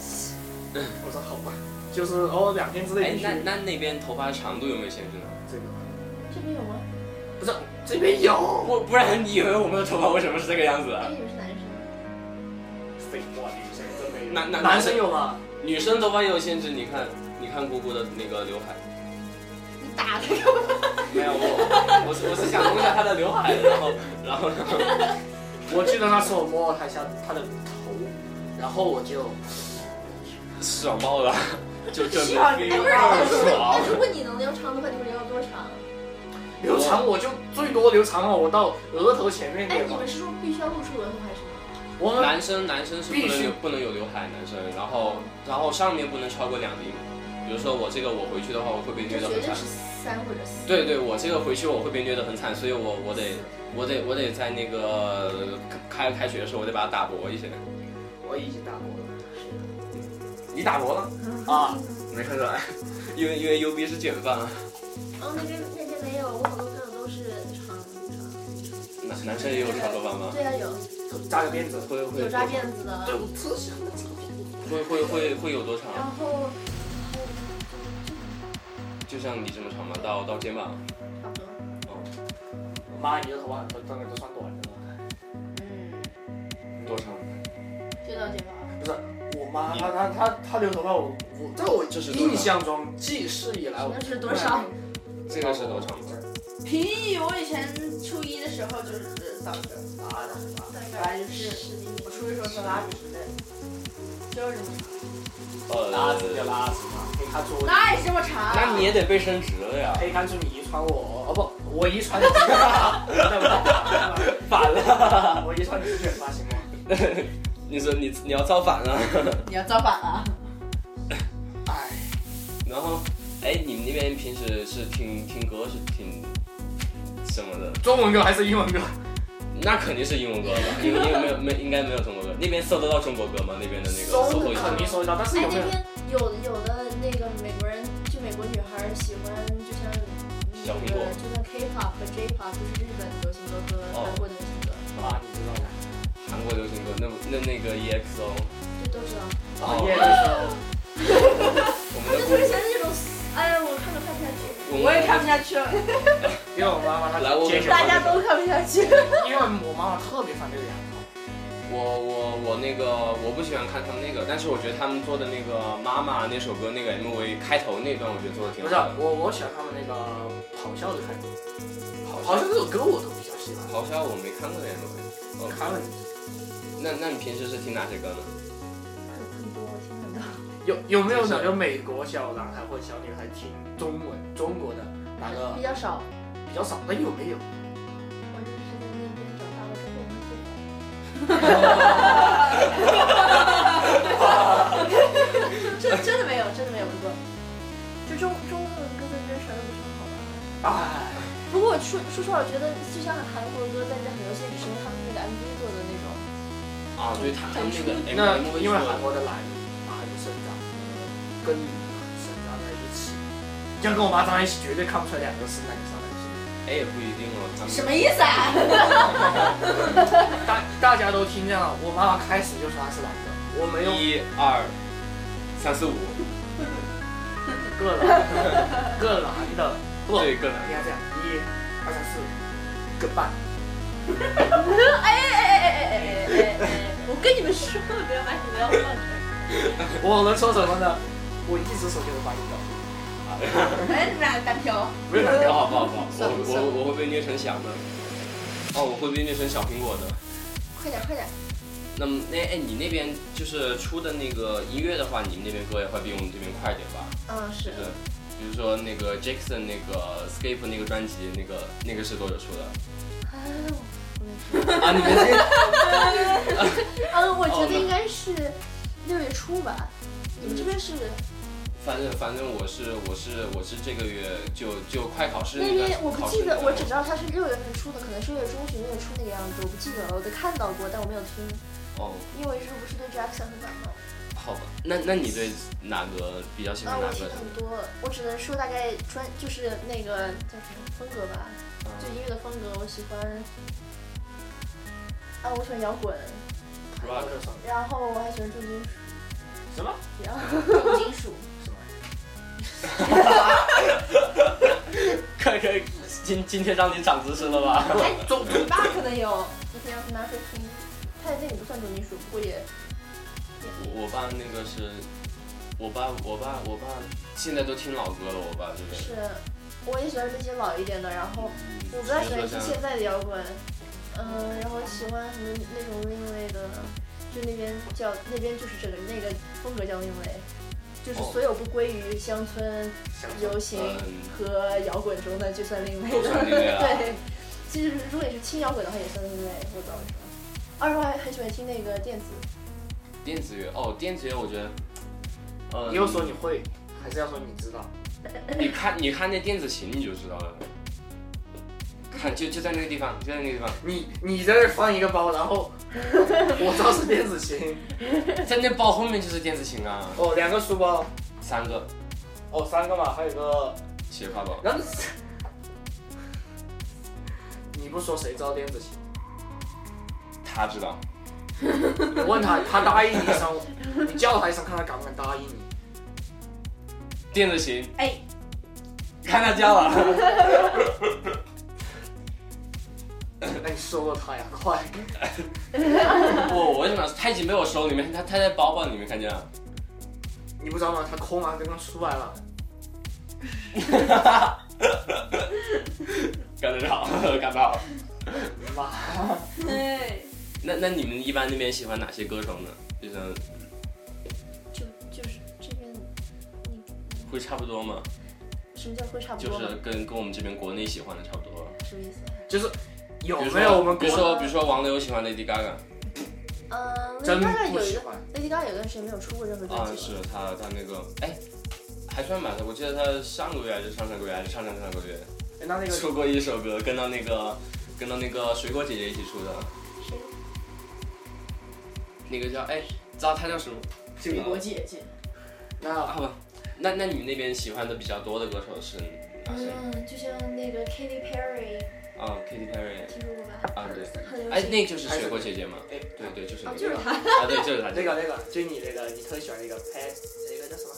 S2: 我说好吧，就是哦两天之内
S1: 哎
S2: 必，须
S1: 那那那边头发长度有没有限制呢？
S2: 这个，
S4: 这边有吗？
S2: 不是这边有，啊
S1: 不不然你以为我们的头发为什么是这个样子啊
S4: 哎，？你们是男生。
S2: 废话，女生真没有，
S1: 那那
S2: 男生有吗？
S1: 女生头发也有限制，你看你看姑姑的那个刘海，
S6: 你打那个
S1: 没有我我是我是想弄一下她的刘海，然后然后然后
S2: 我记得那次我摸了他一下他的头，然后我就
S1: 爽爆
S6: [LAUGHS]
S1: 了，就这
S6: 笑
S1: 么
S4: 哎
S6: 你
S1: 飞
S6: 不是
S1: 爽
S4: 那。如果你能留长的话，你会留到多长？
S2: 留长，我就最多留长了，我到额头前面
S4: 哎，
S2: 点
S4: 你
S2: 嘛
S4: 们，是说必须要露出额头还是什么？
S2: 我们
S6: 嗯
S1: 男生男生是不
S2: 必
S1: 能
S2: 须
S1: 有不能有刘海，男生，然后然后上面不能超过两厘米。比如说我这个我回去的话，我会被虐
S4: 这
S1: 得
S4: 绝
S1: 很
S4: 对
S1: 惨
S4: 是。三或者四。
S1: 对对，我这个回去我会被虐得很惨，所以我我得我得我得在那个开开学的时候，我得把它打薄一些。
S2: 我已经打过
S1: 你打薄了？
S2: 了啊，
S1: 没看出来， [LAUGHS] 因为因为 U B 是卷发，
S4: 哦，那边那边没有，我好多朋友都是长长。
S1: 男男生也有长头发吗？
S4: 对啊，有
S2: 扎个辫子。
S1: 会会
S4: 有扎辫子
S2: 对，
S4: 的，
S2: 我特想的照片。
S1: 会会会会有多
S4: 然
S1: 长？
S4: 后
S1: 就像你这么长吗？到到肩膀？
S4: 差不多。
S2: 妈，你的头发很短，都算短的了。
S6: 嗯，
S1: 多长？
S6: 知道这个。
S2: 我妈，她她她她留头发，我我在我
S1: 这是多
S2: 印
S1: 长？
S2: 象中记事以
S1: 哎
S2: 来，我
S4: 那是多少？
S1: 这个是多长？
S6: 皮，我以前初一的时候就是到这儿拉的，
S4: 大
S6: 本来就是
S4: 十厘米
S6: 我初一时候是拉直的，就是这么长。
S2: 拉直就
S1: 呃，
S2: 拉直嘛，可以看出
S6: 那也这么长。
S1: 那你也得被升职了呀。
S2: 可以看出你遗传我，哦不，我遗传你，对不
S1: 反了，
S2: 对？我遗传你卷发行吗？
S1: 你说你你要造反了， [LAUGHS]
S6: 你要造反了。
S2: 哎，
S1: 然后，哎，你们那边平时是听听歌是听什么的？
S2: 中文歌还是英文歌？
S1: 那肯定是英文歌吧？你你有没有没应该没有中国歌？那边搜得到中国歌吗？那边的那个搜索
S2: 中
S1: 一
S2: 肯定
S1: 下。
S2: 搜得到，但是
S4: 哎，
S2: 有
S4: 那
S2: 没有？
S4: 边有有的那个美国人，就美国女孩儿喜欢，就像那
S1: 小苹果哦
S4: 个就像 K-pop 和 J-pop，就是日本流行歌和韩国流行歌，
S2: 妈，你知道吗？
S1: 韩国流行歌，那那那个 E EXO，
S4: 这都知道。
S2: 熬夜的时候。
S1: 我
S4: 我
S1: 们的
S4: 就特别喜欢这种，哎呀，我看都看不下去。
S1: 姑，
S6: 我也看不下去了，
S2: 因为我妈妈她
S1: 来我
S2: 接受，
S6: 大家都看不下去。
S2: 因为我妈妈特别反对两头，
S1: 我我我那个我不喜欢看他们那个，但是我觉得他们做的那个《妈妈》那首歌那个 MV 开头那段，我觉得做的挺好
S2: 不是啊
S1: 的。
S2: 我我喜欢他们那个咆哮的开头，
S1: 咆
S2: 咆
S1: 哮，
S2: 哮这首歌我都比较喜欢，
S1: 咆哮，我没看过那 MV。哦，
S2: 看了
S1: 那那你平时是听哪些歌呢？
S4: 很多我听不到。
S2: 有有没有哪个美国小男孩或者小女孩听中文中国的哪个
S4: 比较少，
S2: 比较少？那有没有？
S4: 我就是在那边长大了之后就会的。
S6: 真真的没有，真的没有。不过，
S4: 就中中文歌在这边传的比较好吧。
S2: 哎，
S4: 不过我说说实话，我觉得就像韩国歌在这很流行，是因为他们那个 MV 做的那种。
S1: 啊，对，他们那
S2: 哎那
S1: 个 MV
S2: 因为
S1: 做的
S2: 韩国的男男生长跟女生长在一起，要跟我妈长在一起，绝对看不出来两个是男生的。
S1: 哎也不一定哦，他们
S6: 什么意思啊？
S2: 大大家都听见了，我妈妈开始就说他是男的，我没有
S1: 一二三四五，
S2: 个男个男的，不，
S1: 对，个男
S2: 你看这样，一、二、三、四，个半。
S6: 哎哎哎哎哎哎！我跟你们说，不要把你们要放这。
S2: 我能说什么呢？我一只手就能把你搞定，
S6: 哎，你们俩单挑。
S2: 没有两
S1: 不
S2: 条。
S1: 好不好不好，我我我会被虐成小的，哦，我会被虐成小苹果的。
S4: 快点快点，
S1: 那么那哎，你那边就是出的那个音乐的话，你们那边歌也会比我们这边快一点吧？
S4: 嗯是
S1: 就是，比如说那个 Jackson 那个 Escape 那个专辑，那个那个是多久出的？
S4: 啊，
S1: [LAUGHS]
S6: 哦
S1: 啊，你们这
S4: 嗯，我觉得应该是六月初吧。你们这边是
S1: [LAUGHS] 反正反正我是我是我是这个月就就快考试
S4: 那
S1: 个
S4: 天我不
S1: 考试
S4: 记得，
S1: 那
S4: 我
S1: 个
S4: 只知道它是六月份出的，可能是六月中旬、六月初那个样子，我不记得了。我都看到过，但我没有听，
S1: 哦，
S4: 因为是不是对 Jackson 很感冒？
S1: 好吧，那那你对哪个比较喜欢
S4: 啊，
S1: 哪
S4: 我听
S1: 个？
S4: 很多，我只能说大概专就是那个叫什么风格吧，
S1: [LAUGHS]
S4: 就音乐的风格，我喜欢。啊，我喜欢摇滚，
S2: 然后
S1: rock
S2: 就上
S4: 然后我还喜欢重金属，
S2: 什么？
S4: 然后
S6: 重金属，
S7: 可可，今今天让你长知识了吧？
S6: 哎，总之吧，
S4: 可能有，你可以让他拿出来听。他也那也不算重金属，不过也
S1: 我我爸那个是，我爸我爸我爸现在都听老歌了，我爸这嗯个
S4: 是，我也喜欢那些老一点的，然后我不
S1: 比
S4: 太
S1: 如
S4: 喜欢
S1: 说
S4: 听
S1: 像
S4: 现在的摇滚，嗯，然后喜欢什么那种另类的，就那边叫那边就是整个那个风格叫另类，就是
S1: 哦
S4: 所有不归于乡村
S2: 想
S4: 流行
S1: 嗯，
S4: 和摇滚中的就算另类
S1: 都
S4: 的。
S1: 算另类啊了。
S4: [LAUGHS] 对，其实如果你是轻摇滚的话，也算另类，我不知道为什么。二十号还很喜欢听那个电子，
S1: 电子乐哦，电子乐我觉得，呃，
S2: 你又说你会，还是要说你知道？
S1: 你看你看那电子琴你就知道了，看就就在那个地方，就在那个地方，
S2: 你你在这放一个包，然 [LAUGHS] 后我知道是电子琴，
S1: [LAUGHS] 在那包后面就是电子琴啊，
S2: 哦，两个书包，
S1: 三个
S2: 哦，三个嘛，还有一个，
S1: 斜挎包，
S2: 然后 [LAUGHS] 你不说谁知道电子琴？
S1: 他知道，
S2: 你问他，他答应你一 [LAUGHS] 声，你叫他一声，看他敢不敢答应你。
S1: 电子琴
S6: 哎，
S7: 看他家
S1: 啊
S7: 了，
S2: 那你收了他呀，快！
S1: 我我怎么他已经被我收里面，他他在包包里面看见了，
S2: 你不知道吗？他空啊，刚刚出来了。
S1: 干得好， [LAUGHS] 干得好。
S2: 妈，
S6: 哎，
S1: 那那你们一般那边喜欢哪些歌手呢？就是
S4: 就就是这边
S1: 会差不多吗？
S4: 什么叫会差不
S1: 就
S4: 多吗？
S1: 是跟跟我们这边国内喜欢的差不多。
S4: 什么意思？
S2: 就是有
S1: 比如说
S2: 没有我们
S1: 比如
S2: 国
S1: 说比如说王流喜欢 Lady Gaga
S4: 嗯，
S2: 真
S4: 大概
S2: 不
S4: 有一
S2: 喜
S4: 个
S2: 欢？
S4: Lady Gaga 有段时间没有出过任何专
S1: 啊，
S4: 辑
S1: 是
S4: 了。
S1: 他他那个哎，还算吧，我记得他上个月还是上上个月还是上上上个月
S2: 哎那那个
S1: 出过一首歌，跟到那个跟到那个水果姐姐一起出的，
S4: 谁
S1: 那个叫哎，知道他叫什么？
S6: 水果姐姐，
S2: 那
S1: 啊不，那那你们那边喜欢的比较多的歌手是哪些？
S4: 嗯，就像那个 Katy Perry，
S1: 啊，Katy Perry
S4: 听说过吧？
S1: 啊对，
S4: 很流
S1: 哎
S4: 行。
S1: 那个就是水果姐姐嘛，
S2: 哎
S1: 对对就是那
S4: 哦，
S1: 个
S4: 就是他。
S1: 啊对就是他
S2: 那个那个，就你那个，你特喜欢那个拍那个叫什么？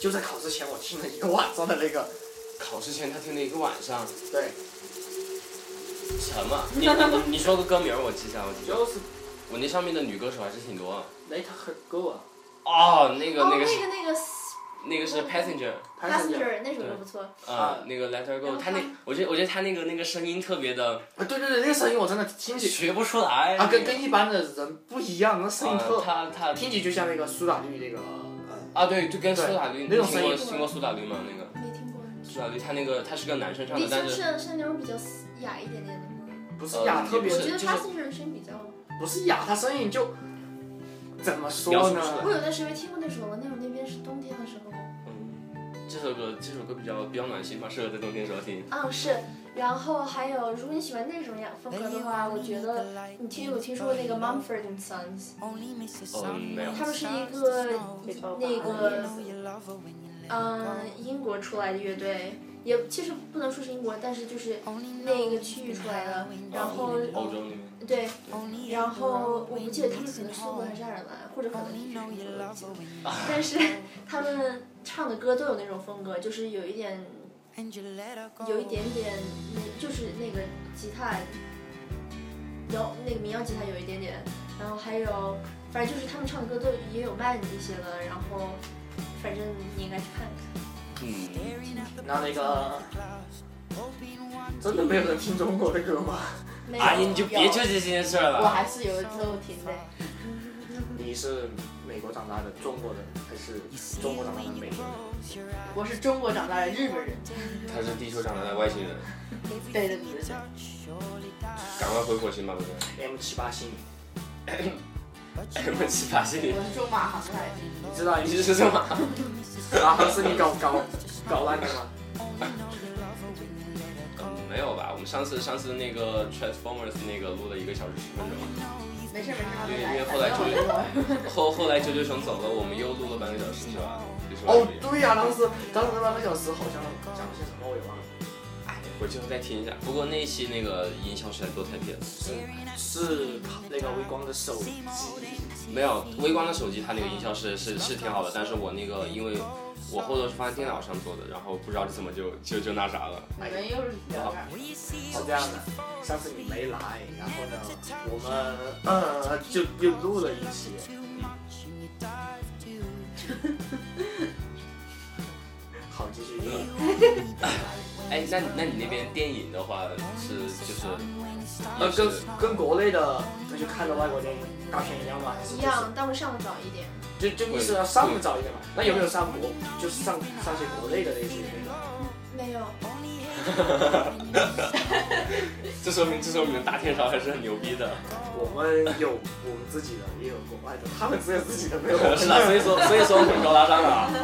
S2: 就在考试前我听了一个晚上的那个，
S1: 考试前他听了一个晚上，
S2: 对，
S1: 什么？ [LAUGHS] 你你你说个歌名儿我记下，我记下。
S2: 就是
S1: 我那上面的女歌手还是挺多啊。
S2: Let Her Go 啊
S1: 哦，那个
S4: 哦，
S1: 那
S4: 那
S1: 个
S4: 个
S1: 是
S4: 那个
S1: 那个是 Passenger
S2: ，Passenger，
S4: Passenger 那首歌不错。
S1: 啊，那个 Let Her
S4: 然
S1: Go，
S4: 后
S1: 他那我觉得我觉得他那个那个声音特别的
S2: 啊，对对对，那个声音我真的听起
S1: 学不出来。
S2: 啊，跟跟一般的人不一样，那声音
S1: 啊
S2: 特，
S1: 他他
S2: 听起就像那个苏打绿那个，呃，
S1: 啊对，就跟苏打绿，你
S2: 那种
S1: 听
S2: 声
S1: 过
S2: 音
S1: 听过苏打绿吗？那个
S4: 没听过。
S1: 苏打绿他那个他是个男生唱的
S4: 李，
S1: 但
S4: 宗
S1: 是
S4: 盛是那种比较雅一点点的吗？
S2: 不是雅，
S1: 呃
S2: 特别
S1: 不
S4: 我
S1: 是
S4: 觉得
S1: 就是
S4: Passenger 的声音比较。
S2: 不是雅，他声音就怎么
S1: 描
S2: 说
S1: 述不出来
S2: 呢？
S4: 我有段时间听过那首，那会儿那边是冬天的时候。
S1: 嗯，这首歌这首歌比较比较暖心嘛，适合在冬天时候听。
S4: 嗯，是。然后还有，如果你喜欢那种雅风格的话，我觉得你听有听说过那个 Mumford and Sons，
S1: 嗯，没有。
S4: 他们是一个那个嗯英国出来的乐队，也其实不能说是英国，但是就是那个区域出来的。然后
S1: 欧洲那边
S4: 对，然后我哦不记得他们可能是苏格兰还是爱尔兰，或者可能是英国的，但是 [LAUGHS] 他们唱的歌都有那种风格，就是有一点有一点点，那就是那个吉他摇那个民谣吉他有一点点，然后还有反正就是他们唱的歌都也有慢一些的，然后反正你应该去看看。
S1: 嗯，
S2: 那那个，真的没有人听中国的歌吗？
S4: 没
S1: 阿哎姨你
S4: 有，
S1: 就别纠结这件事儿
S6: 我
S1: 了。
S6: 还是有时候听的。
S2: 你是美国长大的中国人，还是中国长大的美国人？
S6: 我是中国长大的日本人，
S1: 他是地球上的外星人，
S6: 对着你的人，
S1: 赶快回火星吧，不是？
S2: M 七八星，
S1: 问奇葩心理
S6: 我，是中马航来的，
S2: 你知道
S1: 你
S2: 你
S1: 是
S2: [LAUGHS]
S1: 什么？
S2: 马航是你搞搞搞烂的吗？
S1: 没有吧？我们上次上次那个 Transformers 那个录了一个小时十分钟，
S6: 没事没事，他
S1: 对
S6: 们
S1: 因为
S6: 来的，
S1: 后来
S6: 反正我没有。
S1: 后后来九九熊走了，我们又录了半个小时是吧？就是
S2: [LAUGHS] 哦，对呀、当时当时那半个小时好像讲了些什么我也忘了，
S1: 哎，回去后再听一下。不过那一期那个音效实在做太偏了，
S2: 是是那个微光的手机，
S1: 没有微光的手机它那个音效是是是挺好的，但是我那个因为我后头是放在电脑上做的，然后不知道怎么就就就那啥了。
S6: 你们又是聊啥？
S2: 是这样的。上次你没来，然后呢，我们呃就又录了一期， [LAUGHS] 好继续录。
S1: 哎，那你那你那边电影的话是就是，
S2: 呃，跟
S1: 就是
S2: 跟国内的那就看的外国电影大片一样吗？还是
S4: 一样，但会上的早一点。
S2: 就就意思要上早一点嘛？那有没有上国就是上上些国内的那些
S4: 没
S2: 那种？
S4: 有，
S1: 这说明这说明大天朝还是很牛逼的，
S2: 我们有我们自己的，也有国外的，他们只有自己的，没有
S1: [LAUGHS]
S2: 我们
S1: 是
S2: 的。
S1: 吧？所以
S2: [LAUGHS]
S1: 说所以说我们很高大上啊。 [LAUGHS]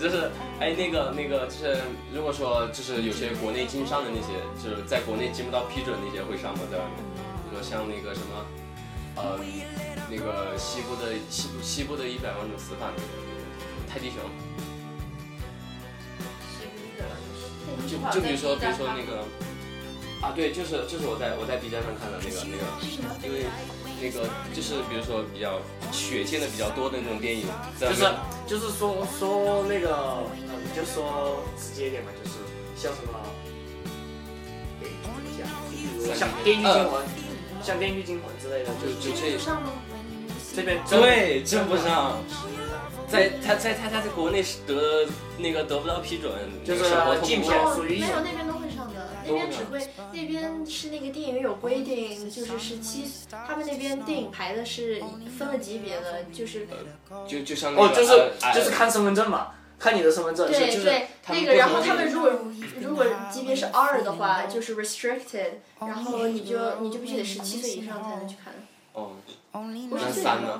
S1: 就是，哎，那个那个，就是如果说就是有些国内经商的那些，就是在国内经不到批准那些会上吗？在外面，比如说像那个什么，呃，那个西部的西部西部的一百万种死法，泰迪熊，就就比如说比如说那个，啊对，就是就是我在我在 B 站上看的那个那个，因为那个就是比如说比较血见的比较多的那种电影，在
S2: 就
S1: 外
S2: 是
S1: 面
S2: 就是说说那个，呃，你就说直接一点嘛，就是像什么，哎怎么讲？就比如像《电锯惊魂》，像《电锯惊魂》之类的，就
S1: 就就这
S4: 不上吗？
S2: 这边
S1: 对，真不上。在他在他他在国内是得那个得不到批准，
S2: 就是
S1: 那个审核
S2: 禁
S1: 通
S2: 片
S1: 过。
S4: 哦，
S2: 属于一
S4: 没
S2: 种
S4: 有，那边都会上的，那边只会，那边是那个电影有规定，就是十七，他们那边电影排的是分了级别的，就是
S1: 就就像那个
S2: 哦，就是
S1: 呃
S2: 就是看身份证嘛，看你的身份证，是
S4: 对
S2: 就是
S4: 对，
S1: 他们
S4: 那
S1: 不
S4: 个，然后
S1: 同意嗯
S4: 他们如果如果级别是 R 的话，就是 restricted，然后你就你就必须得十七岁以上才能去看，
S1: 哦，
S4: 不
S1: 那
S4: 是最
S1: 三呢？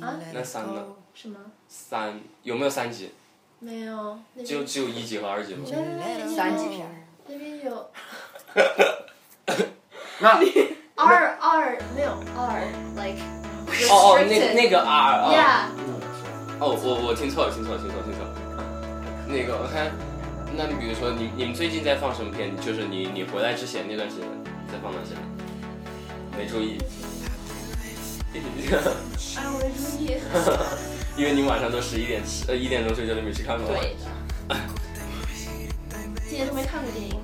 S4: 啊？
S1: 那三呢？
S4: 什么？
S1: 三有没有三级？
S4: 没有，那
S1: 就
S4: 边
S1: 只有一级和二级吗？
S4: 没有没有没有
S6: 三级片儿，
S4: 那边
S1: [LAUGHS]
S4: 有 [LAUGHS]
S2: 那
S4: R R 没有 R like
S1: 哦哦，那那个 R 啊。
S4: yeah。
S1: 哦，我我听错了，听错了，听错了，听错了。那个我看，那你比如说你你们最近在放什么片？就是你你回来之前那段时间在放哪些？ [LAUGHS] 没注意。
S4: 哎，我没注意。
S1: 因为你晚上都十一点吃，呃一点钟睡觉就没去看过。
S6: 对的，
S4: 今年都没看过电影，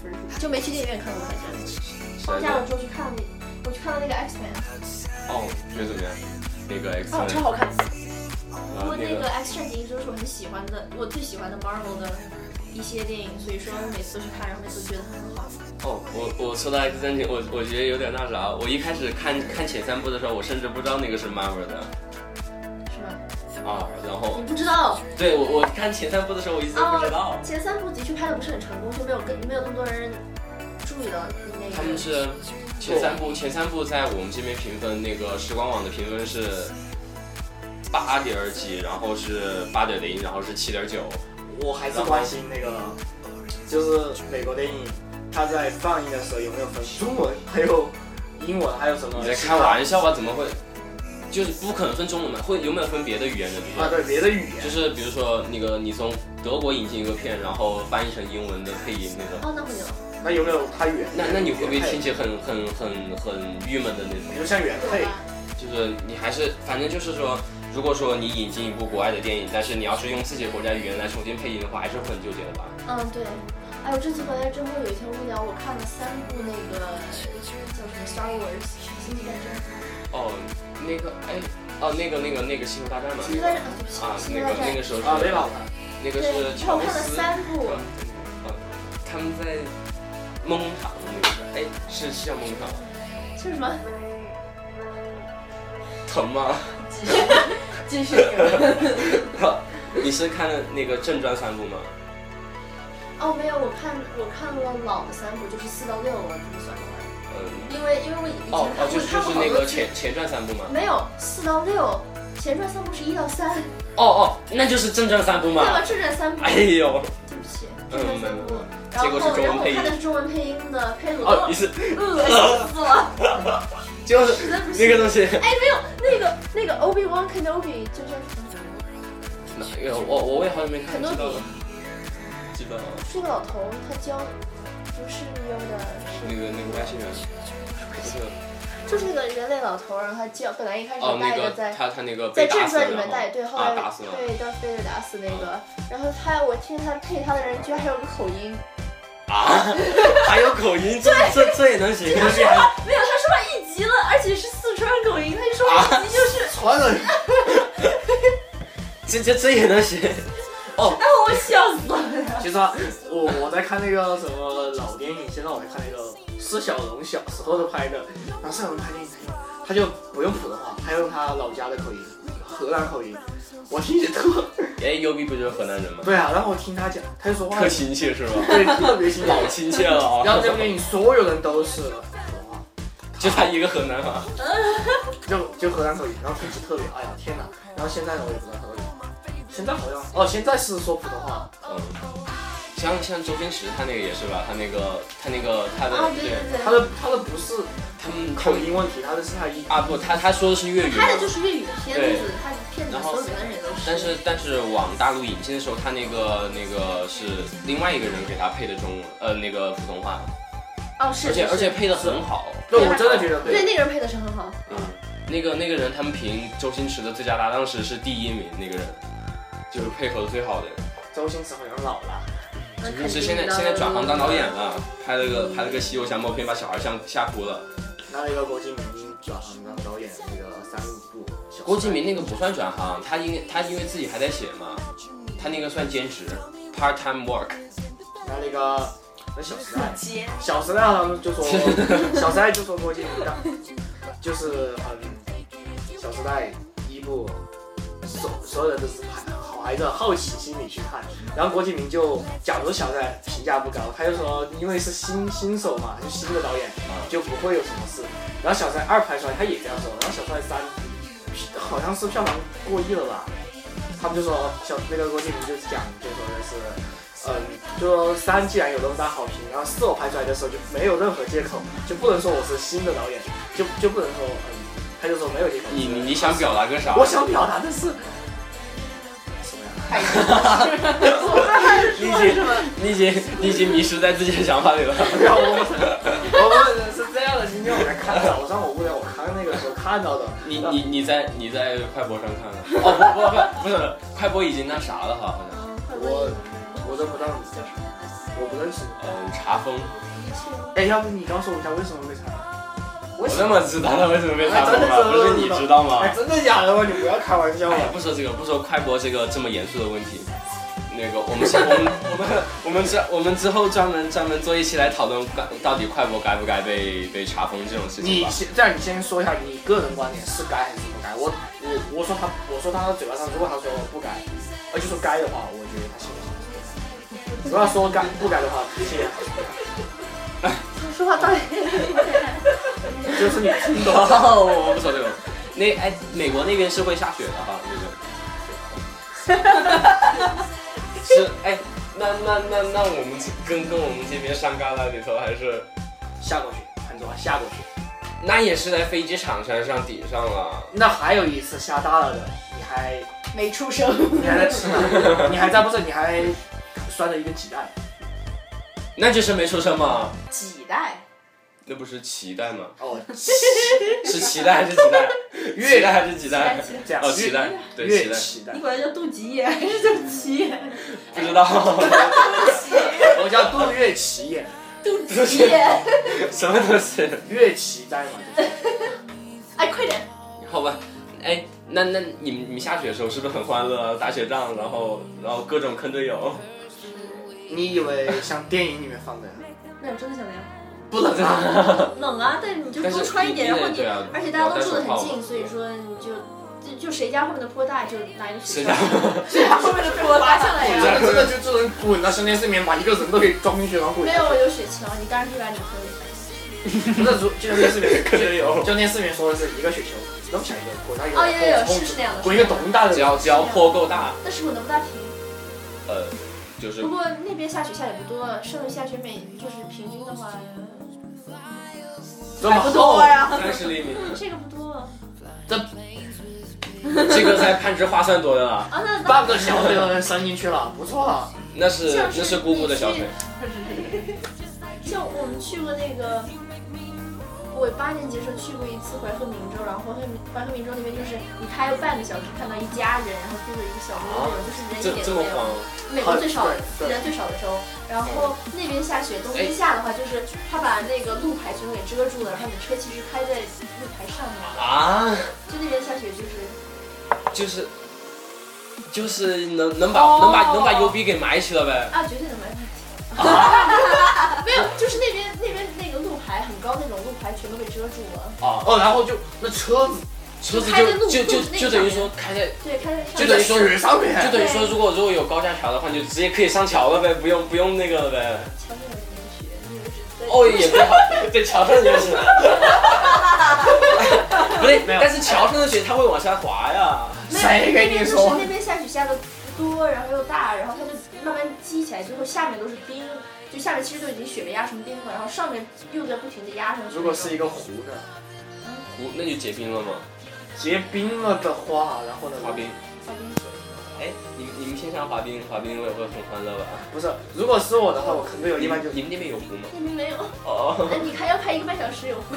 S6: 不是
S4: 就没去电影院看过，好像。
S1: 是
S4: 放假
S1: 的
S4: 我之后去看了，我去看了那个 X Man，
S1: 哦，觉得怎么样？那个 X
S4: 哦，超
S1: Men，
S4: 好看。
S1: 然
S4: 不
S1: 后
S4: 过
S1: 那
S4: 啊那个
S1: 个
S4: X 战警一直都是我很喜欢的，我最喜欢的 Marvel 的一些电影，所以说每次都去看，然后每次都觉得很好。
S1: 哦，我我说到 X 战警，我我觉得有点那啥。我一开始看看前三部的时候，我甚至不知道那个是 Marvel 的
S4: 是吧？
S1: 啊。然后
S4: 你不知道，
S1: 对我我看前三部的时候，我一直都不知
S2: 哦
S1: 道。
S4: 前三部的确拍的不是很成功，就没有跟没有那么多人注意到那个。
S1: 他们是前三部，前三部在我们这边评分，那个时光网的评分是八点儿几，然后是八点零，然后是七点九。
S2: 我还是关心那个，就是美国电影，它在放映的时候有没有分中文，还有英文，还有什么？
S1: 你在开玩笑吧？怎么会？就是不可能分中文嘛，会有没有分别的语言的？比如
S2: 啊？
S1: 说
S2: 对，别的语言
S1: 就。是比如说那个你从德国引进一个片，然后翻译成英文的配音那种，
S4: 哦，那会有。
S2: 那有没有它原？
S1: 那那你会不会听
S2: 原配？
S1: 起很很很很郁闷的那
S2: 比
S1: 种？
S2: 如像原配，
S1: 就是你还是反正就是说，如果说你引进一部国外的电影，但是你要是用自己的国家语言来重新配音的话，还是会很纠结的吧？
S4: 嗯，对。哎，我这次回来之后有一天无聊，我看了三部那个叫什么《Star Wars》星际战争，
S1: 哦，那个哎，哦那个那个那个星球大战嘛
S4: 星，际战争，啊，对不起，
S1: 啊
S4: 星
S1: 那
S4: 际
S1: 个
S4: 大
S1: 那
S4: 战。
S1: 个时候是
S2: 啊，没老了，
S1: 那个是
S4: 对，然后
S1: 乔
S4: 我
S1: 布
S4: 看了
S1: 斯。
S4: 三部，
S1: 呃，他们在梦工厂那个是，哎，是是叫梦工厂吗？
S4: 是什么？
S1: 疼吗？ [LAUGHS]
S6: 继续继续你们
S1: 你是看了那个正传三部吗？
S4: 哦，没有，我看我看了老的三部，就是四到六了，这么算的话。
S1: 嗯，
S4: 因为因为我以前看
S1: 哦哦，就是就
S4: 看过
S1: 是
S4: 好
S1: 那
S4: 多
S1: 个
S4: 剧，
S1: 前前传三部嘛。
S4: 没有四到六，前传三部是一到三，
S1: 哦哦，那就是正传三部
S4: [LAUGHS] 对
S1: 嘛。
S4: 吧？正传三部，
S1: 哎呦，
S4: 对不起，
S1: 嗯
S4: 正传三部
S1: 没有。
S4: 然
S1: 结
S4: 后
S1: 果是中
S4: 然
S1: 文
S4: 后
S1: 配音
S4: 我看的是中文配音的配鲁，
S1: 哦，
S4: 恶
S1: 你是 [LAUGHS]
S4: 心死了，
S1: 就是
S4: 真不
S1: 那个
S4: 行。
S1: 东西。
S4: 哎，没有那个那个 Obi Wan Kenobi 就叫什么？
S1: 哪个？我我我也好久没看，
S4: 肯诺
S1: 知
S4: 比
S1: 道了，知道了。
S4: 是个老头，他教不是优的，是
S1: 那个那个外星人，不是
S4: 就是那个人类老头，然后他教本来一开始
S1: 哦，
S4: 带
S1: 那
S4: 着
S1: 个
S4: 在。
S1: 他他那个
S4: 在
S1: 被打
S4: 正
S1: 死了
S4: 传里面带，对，
S1: 然
S4: 后
S1: 后
S4: 来、
S1: 啊打死了。嗯
S4: 对到飞着打死那个，然后他我听他配他的人居然还有个口音，
S1: 啊，还有口音，这这这也能行？这是
S4: 没有他说话一级了，而且是四川口音，他一说话一级
S1: 啊
S4: 就是，
S2: 传人
S1: 这这这也能行？
S4: 哎我笑死了。
S2: 其实啊，我我在看那个什么老电影，现在我在看那个施小龙小时候的拍的，然后施小龙拍电影，他就不用普通话，他用他老家的口音，河南口音，我听着特
S1: 哎，牛逼不就是河南人吗？
S2: 对啊，然后我听他讲，他就说话
S1: 特亲切是吧？ [LAUGHS]
S2: 对特别 [LAUGHS] 清楚，
S1: 老亲切了啊！
S2: 然后这部电影所有人都是普通话，
S1: [LAUGHS] 就他一个河南话，
S2: 就就河南口音，然后听着特别，哎呀天哪！然后现在呢，我也不知道他为什么，现在好像哦，现在是说普通话，
S1: 嗯，像像周星驰他那个也是吧？他那个他那个他的
S4: 啊对对对，
S2: 他的他的不是
S1: 他们
S2: 口音问题，他的是他一
S1: 啊不，他他说的是粤语嘛，
S4: 拍的就是粤语片
S1: 对
S4: 子，他骗子
S1: 然后
S4: 所有的人都是。
S1: 但是但是往大陆引进的时候，他那个那个是另外一个人给他配的中文，呃那个普通话，
S4: 哦是，
S1: 而且
S4: 是
S1: 而且配的很好。
S2: 对，我真的觉得对
S4: 对那个人配的是很好，
S1: 嗯，那个那个人他们评周星驰的最佳搭档时是第一名，那个人就是配合的最好的。
S2: 周星驰好像老了。
S4: 那
S1: 就
S4: 肯定
S1: 是现在
S4: 的嗯
S1: 现在转行当导演了，拍了个拍了个《西游降魔篇》，把小孩吓吓哭了。
S2: 拿了一个国际明星转行当导演，那个三部小说
S1: 郭敬明那个不算转行，他因为他因为自己还在写嘛，他那个算兼职，part time work。
S2: 拿了一个那小时代，
S6: 接
S2: 小时代他们就说小时代就说郭敬明当，就是嗯，小时代一部，所所有人都是怀怀着好奇心理去看，然后郭敬明就假如小时代评价不高，他就说因为是新新手嘛，就新的导演
S1: 啊
S2: 就不会有什么事，然后小时代二拍出来他也这样说，然后小时代三好像是票房过亿了吧。他们就说哦小那个郭敬明就讲，就说的是，嗯，就说三既然有那么大好评，然后四我拍出来的时候就没有任何借口，就不能说我是新的导演，就就不能说嗯，他就说没有借口。
S1: 你你你想表达个啥？
S2: 我想表达的是什
S1: [LAUGHS]
S2: 么呀？
S1: 你已经你已经你已经迷失在自己的想法里了。
S2: 没有，我我我是这样的，今天我才看早上我无聊，我看那个时候看到的。
S1: 你你你在你在快播上看了？哦不不不不是，快播已经那啥了哈，好像
S4: 嗯快
S2: 我
S4: 播
S2: 我都不知道你叫什么，我不认识你。
S1: 嗯查封。
S2: 哎，要不你告诉我一下为什么被裁？
S1: 我怎么知道他为什么被查封
S2: 哎真
S1: 了？
S2: 的
S1: 不是你知道吗？
S2: 哎，真的假的吗？你不要开玩笑
S1: 哎
S2: 了
S1: 呀，。不说这个，不说快播这个这么严肃的问题。那个，我们是，我们我们我们之我们之后专门专门做一期来讨论该到底快播该不该被被查封这种事情
S2: 你
S1: 吧。
S2: 先这样，你先说一下你个人观点是该还是不该。我我我说他，我说他嘴巴上如果他说不该，呃就说该的话，我觉得他心里是不该的如果他说该不该的话，谢谢。
S4: [LAUGHS] 说话到底
S1: [LAUGHS]
S2: 就是你听懂了。
S1: 哦， [LAUGHS] 我不说这个。那哎，美国那边是会下雪的哈， [LAUGHS] 就是。是哎，那那那那我们这跟跟我们这边山旮旯里头还是，
S2: 下过去，很重要，下过去。
S1: 那也是在飞机场山上顶上啊了。
S2: 那还有一次下大了的，你还
S6: 没出生，
S2: 你还在吃呢，你还在不是？你还拴着一根脐带，
S1: 那就是没出生嘛，
S6: 几代？
S1: 那不是脐带吗？
S2: 哦，
S1: 是脐带还是脐带？
S2: 越
S1: 脐带还是脐带？
S2: 这样
S1: 哦，脐带，对，
S2: 越
S1: 脐带，
S2: 脐带
S4: 你，管他叫肚脐眼还是叫脐眼？
S1: 不知道
S2: 我叫杜月奇眼，
S1: 什么东西。
S2: 月脐带嘛，就是
S6: 哎，快点！
S1: 好吧，哎，那那你们你们下雪的时候是不是很欢乐啊？打雪仗，然后然后各种坑队友，
S2: [LAUGHS] 你以为像电影里面放的？
S4: 那你真的想那样？
S2: 不冷啊！
S4: 冷啊，但你就
S1: 但是
S4: 多穿一点，然后
S1: 你
S4: 你
S1: 对，啊
S4: 而且大家都住得
S1: 不要戴
S4: 很
S1: 手套
S4: 近，所以说你就就就谁家后面的坡大就拿一个
S1: 谁
S4: 水
S1: 家
S4: 枪，
S6: 这还是为了被我发下来
S4: 啊
S2: [LAUGHS] 我
S1: 啊
S6: 呀？
S2: 真的真的就
S4: 哦
S2: 这人滚到深夜睡眠，把一个人都给装进去，然后滚
S4: 没。有我有水枪，你当然可以把你推。
S2: 不是，如就像电视
S4: [LAUGHS]
S2: 里面，
S1: 可能有
S2: 就像电视里面说的是一个雪球扔起来一个，滚到一个，
S4: 哦有有有
S2: 然后
S4: 是是那样的
S2: 滚一个咚大的
S1: 只，要只要坡够大，
S4: 但是我能不大平。
S1: 呃，就是
S4: 不过那边下雪下的不多，剩的下雪每就是平均的话，
S2: 这么
S6: 不多
S1: 哦
S2: 厚，
S4: 啊
S6: 呀，
S1: 三十厘米，
S4: 这个不多啊。
S1: 这个在攀枝花算多的了，
S4: 那那
S2: 半个小腿都能伸进去了，不错啊。
S1: 那
S4: [LAUGHS]
S1: 是
S4: 像是
S1: 那是姑姑的小腿，
S4: 像我们去过那个，我八年级的时候去过一次怀河明州，然后怀河明怀河明州那边就是你开了半个小时，看到一家人，然后住着一个小木屋那种，就是
S1: 啊
S4: 人
S1: 这
S4: 一点
S1: 这
S4: 都
S1: 么
S4: 没有。
S1: 慌，
S4: 美国最少的
S2: 对对
S4: 人最少的州，然后那边下雪，冬
S1: 哎
S4: 天下的话就是他把那个路牌全都给遮住了，然后你车其实开在路牌上面，
S1: 啊，
S4: 就那边下雪就是
S1: 就是就是能能把
S6: 哦
S1: 能把能把油逼给埋起了呗，
S4: 啊，绝对能买 [LAUGHS] 没有，就是那边那边那个路牌很高那种路牌全都给遮住了，
S1: 啊，
S2: 哦，然后就那车子
S1: 车子
S4: 开在路
S1: 就就
S4: 路
S1: 就
S4: 那
S1: 就
S4: 个
S1: 等于
S4: 上
S1: 说开在
S4: 对，开在上
S1: 就等
S4: 面
S2: 在
S1: 于说
S2: 雪上
S1: 就
S2: 面，
S1: 等于说如果如果有高架桥的话，你就直接可以上桥了呗，不用不用那个了呗，
S4: 墙上有那个雪，你们只在
S1: 哦也不好，对桥上也是， [LAUGHS] 不对，但是桥上的雪它会往下滑呀，
S2: 谁给你
S4: 没
S2: 说
S4: 有那边就是那边下雪下的不多，然后又大，然后它就慢慢积起来之后，下面都是冰，就下面其实都已经雪没压成冰了，然后上面又在不停的压上去。
S2: 如
S4: [LAUGHS]
S2: 果是一个湖呢，
S1: 湖那就结冰了嘛，
S2: 结冰了的话，然后呢，
S1: 滑冰。哎，你们你们线上滑冰滑冰会会很欢乐吧？
S2: 不是，如果是我的话，我可能有
S1: 你
S2: 一般
S1: 们
S2: 就
S1: 你们那边有湖吗？
S4: 那边没
S2: [LAUGHS]
S4: 有，
S1: 哦，
S4: 那你开要开一个半小时有吗？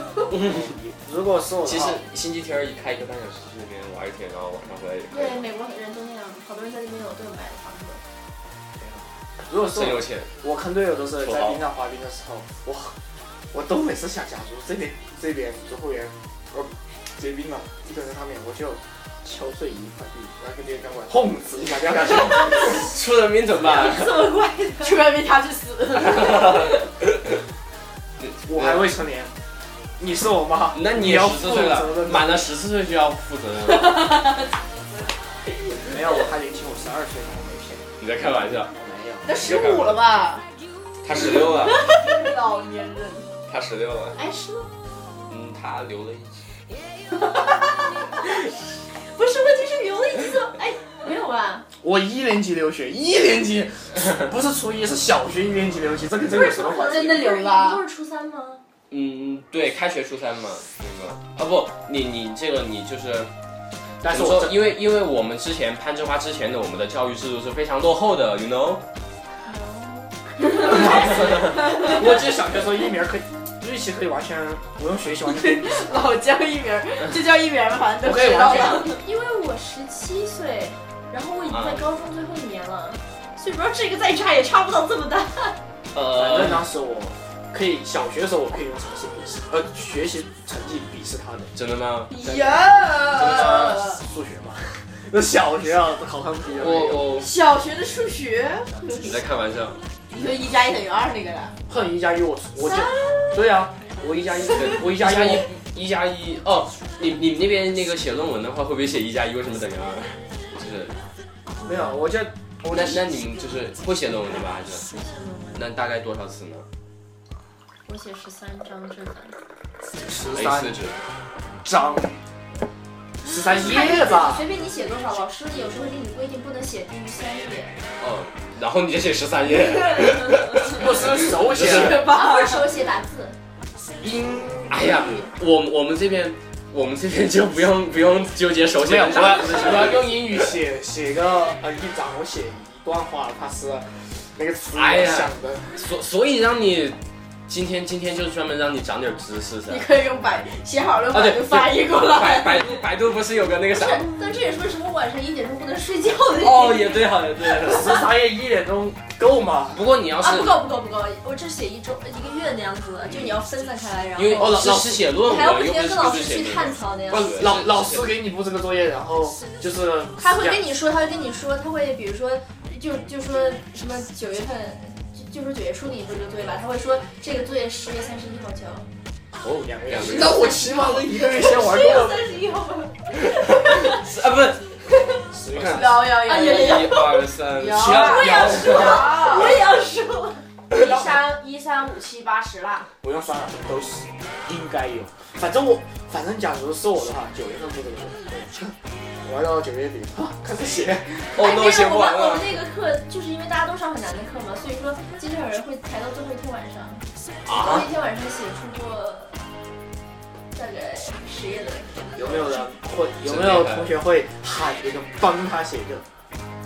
S2: 如果是我
S1: 其实
S2: 的话，
S1: 星期天儿一开一个半小时去那边玩一天，然后晚上回来也可
S4: 对，
S1: 以。
S4: 美国人都那样，好多人在那边有都有买房子。 [LAUGHS]
S2: 如果是
S1: 真有
S2: 我，
S1: 钱，
S2: 我坑队友都是在冰上滑冰的时候，我我都每次想，假如这边这边主后援我结冰了，就在上面，我就敲碎一块地，然后跟别人干过来，轰哧一下掉下去。
S1: 出人命怎么办？
S6: 这么怪，出来没他去
S2: [LAUGHS]
S6: 死。
S2: 我还未成年，你是我妈，
S1: 那你也
S2: 要
S1: 十
S2: 负
S1: 四岁
S2: 责
S1: 了，
S2: 任。
S1: 满了十四岁就要负责任 [LAUGHS] 了。
S2: 没有，我还年轻，我十二岁呢，我没骗你，
S1: 你在开玩笑？
S2: 我没
S6: 都
S2: 有。
S6: 十五
S4: [LAUGHS]
S6: 了吧？
S1: 他十六了，
S6: 老年人。
S1: 他十六了。
S4: 哎，是吗？
S1: 嗯，他留了一期。
S4: 不是，问题是留了一集怎么？哎，没有吧？
S2: 我一年级留学，一年级不是初一，是小学一年级留学， [LAUGHS] 这个真有什么关系？
S6: 真的留了
S4: 不是初三吗？
S1: 嗯，对，开学初三嘛，那个啊不，你你这个你就是
S2: 但是
S1: 怎
S2: 我
S1: 么说？
S2: 真
S1: 因为因为我们之前攀枝花之前的我们的教育制度是非常落后的，you know。
S2: 我记得小学时候一名可以，日期可以完全不用学习，完全可以。
S1: [LAUGHS]
S6: 老姜一鸣，这叫一鸣吗？反正
S2: 我
S6: 都
S2: 可以
S6: 知道
S2: 完全
S6: 了。
S4: 因为我十七岁，然后我已经
S2: 啊
S4: 在高中最后一年了，所以不知道这个再差也差不到这么大。
S2: 反正
S1: 呃，
S2: 当时我可以小学的时候，我可以用成绩鄙视，呃，学习成绩鄙视他的，
S1: 呃真的吗？
S4: 呃
S6: 呀，
S2: 数学嘛。 [LAUGHS] 那小学啊，好汉不提
S1: 我
S2: 我
S1: 我
S6: 小学的数学，
S1: 你在开玩笑？
S6: 你说一加一等于二那个呀？
S2: 恨一加一，我我就对啊，我一加一，我一
S1: 一加
S2: 加一，
S1: 一，一加一哦，你你们那边那个写论文的话，会不会写一加一为什么等于二？就是，
S2: 没有，我就我
S1: 那那你们就是会写论文的吧？还是？那大概多少次呢
S4: 我写十三张正反。
S2: 十
S1: ？A
S2: 三
S1: 四纸。
S2: 张，十三
S4: 看
S2: 页吧。
S4: 随便你写多少，老师有时候给你规定不能写低于三页，
S1: 哦，然后你就写十三页。
S2: 不是手写的，
S4: 然后手写打字。
S2: 英
S1: 哎呀，我我们这边我们这边就不用不用纠结手
S2: 没
S1: 写
S2: 有，
S1: 了。
S2: 我要我要用英语写写个呃一章，我写一段话，它是那个词
S1: 哎呀
S2: 想的。
S1: 所所以让你今天今天就是专门让你长点知识噻
S6: 你。可以用百写好了
S1: 啊
S6: 百
S1: 对，
S6: 度翻译过
S1: 百
S6: 来。
S1: 百度百度不是有个那个啥
S4: 但？但这也是为什么晚上一点钟不能睡觉的原因。
S1: 哦，也对，好也对。
S2: 十三页一点钟够吗？
S1: 不过你要是
S4: 啊，不够不够不够，我只写一周一个月那样子，就你要分散开来，然后
S1: 因为
S2: 哦老
S1: 是
S2: 老
S1: 是写论
S4: 还要不
S1: 文，又
S4: 停
S1: 不是
S4: 的跟
S1: 不
S4: 老
S1: 是
S4: 师
S1: 写
S4: 去
S1: 那
S4: 探
S1: 个。
S4: 讨那样
S1: 不
S4: 子。
S1: 是
S2: 老
S1: 是
S2: 老师给你布置个作业，然后就是
S4: 他会跟你说，他会跟你说，他会比如说，就就说什么九月份，就就说九月初给你布置个作业吧，他会说这个作业十月三十一号交。
S1: 哦，两个两个
S2: 那我起码能一个月先玩
S4: [LAUGHS]
S2: 够
S4: 三十一号吗？
S1: 啊，不是
S2: 十个。
S6: 有有有
S1: 一二三
S6: 有
S1: 七二
S4: [LAUGHS]
S6: 我也要说，
S4: 哦
S6: [LAUGHS]
S4: 我也要说。一三一三
S6: 三五七八十啦。
S2: 我用双耳都是应该有。反正我，反正假如是我的话，九月份不怎么用，我要到九月底啊，开始写。
S1: 哦
S4: 哎，
S1: 那我写不
S4: 我
S1: 完
S4: 们我
S1: 了
S4: 们。那个课就是因为大家都上很难的课嘛，所以说经常有人会排到最后一天晚上。我那天晚上写出过大概十页的文章。
S2: 有没有人会？有没有同学会喊一个帮他写一个，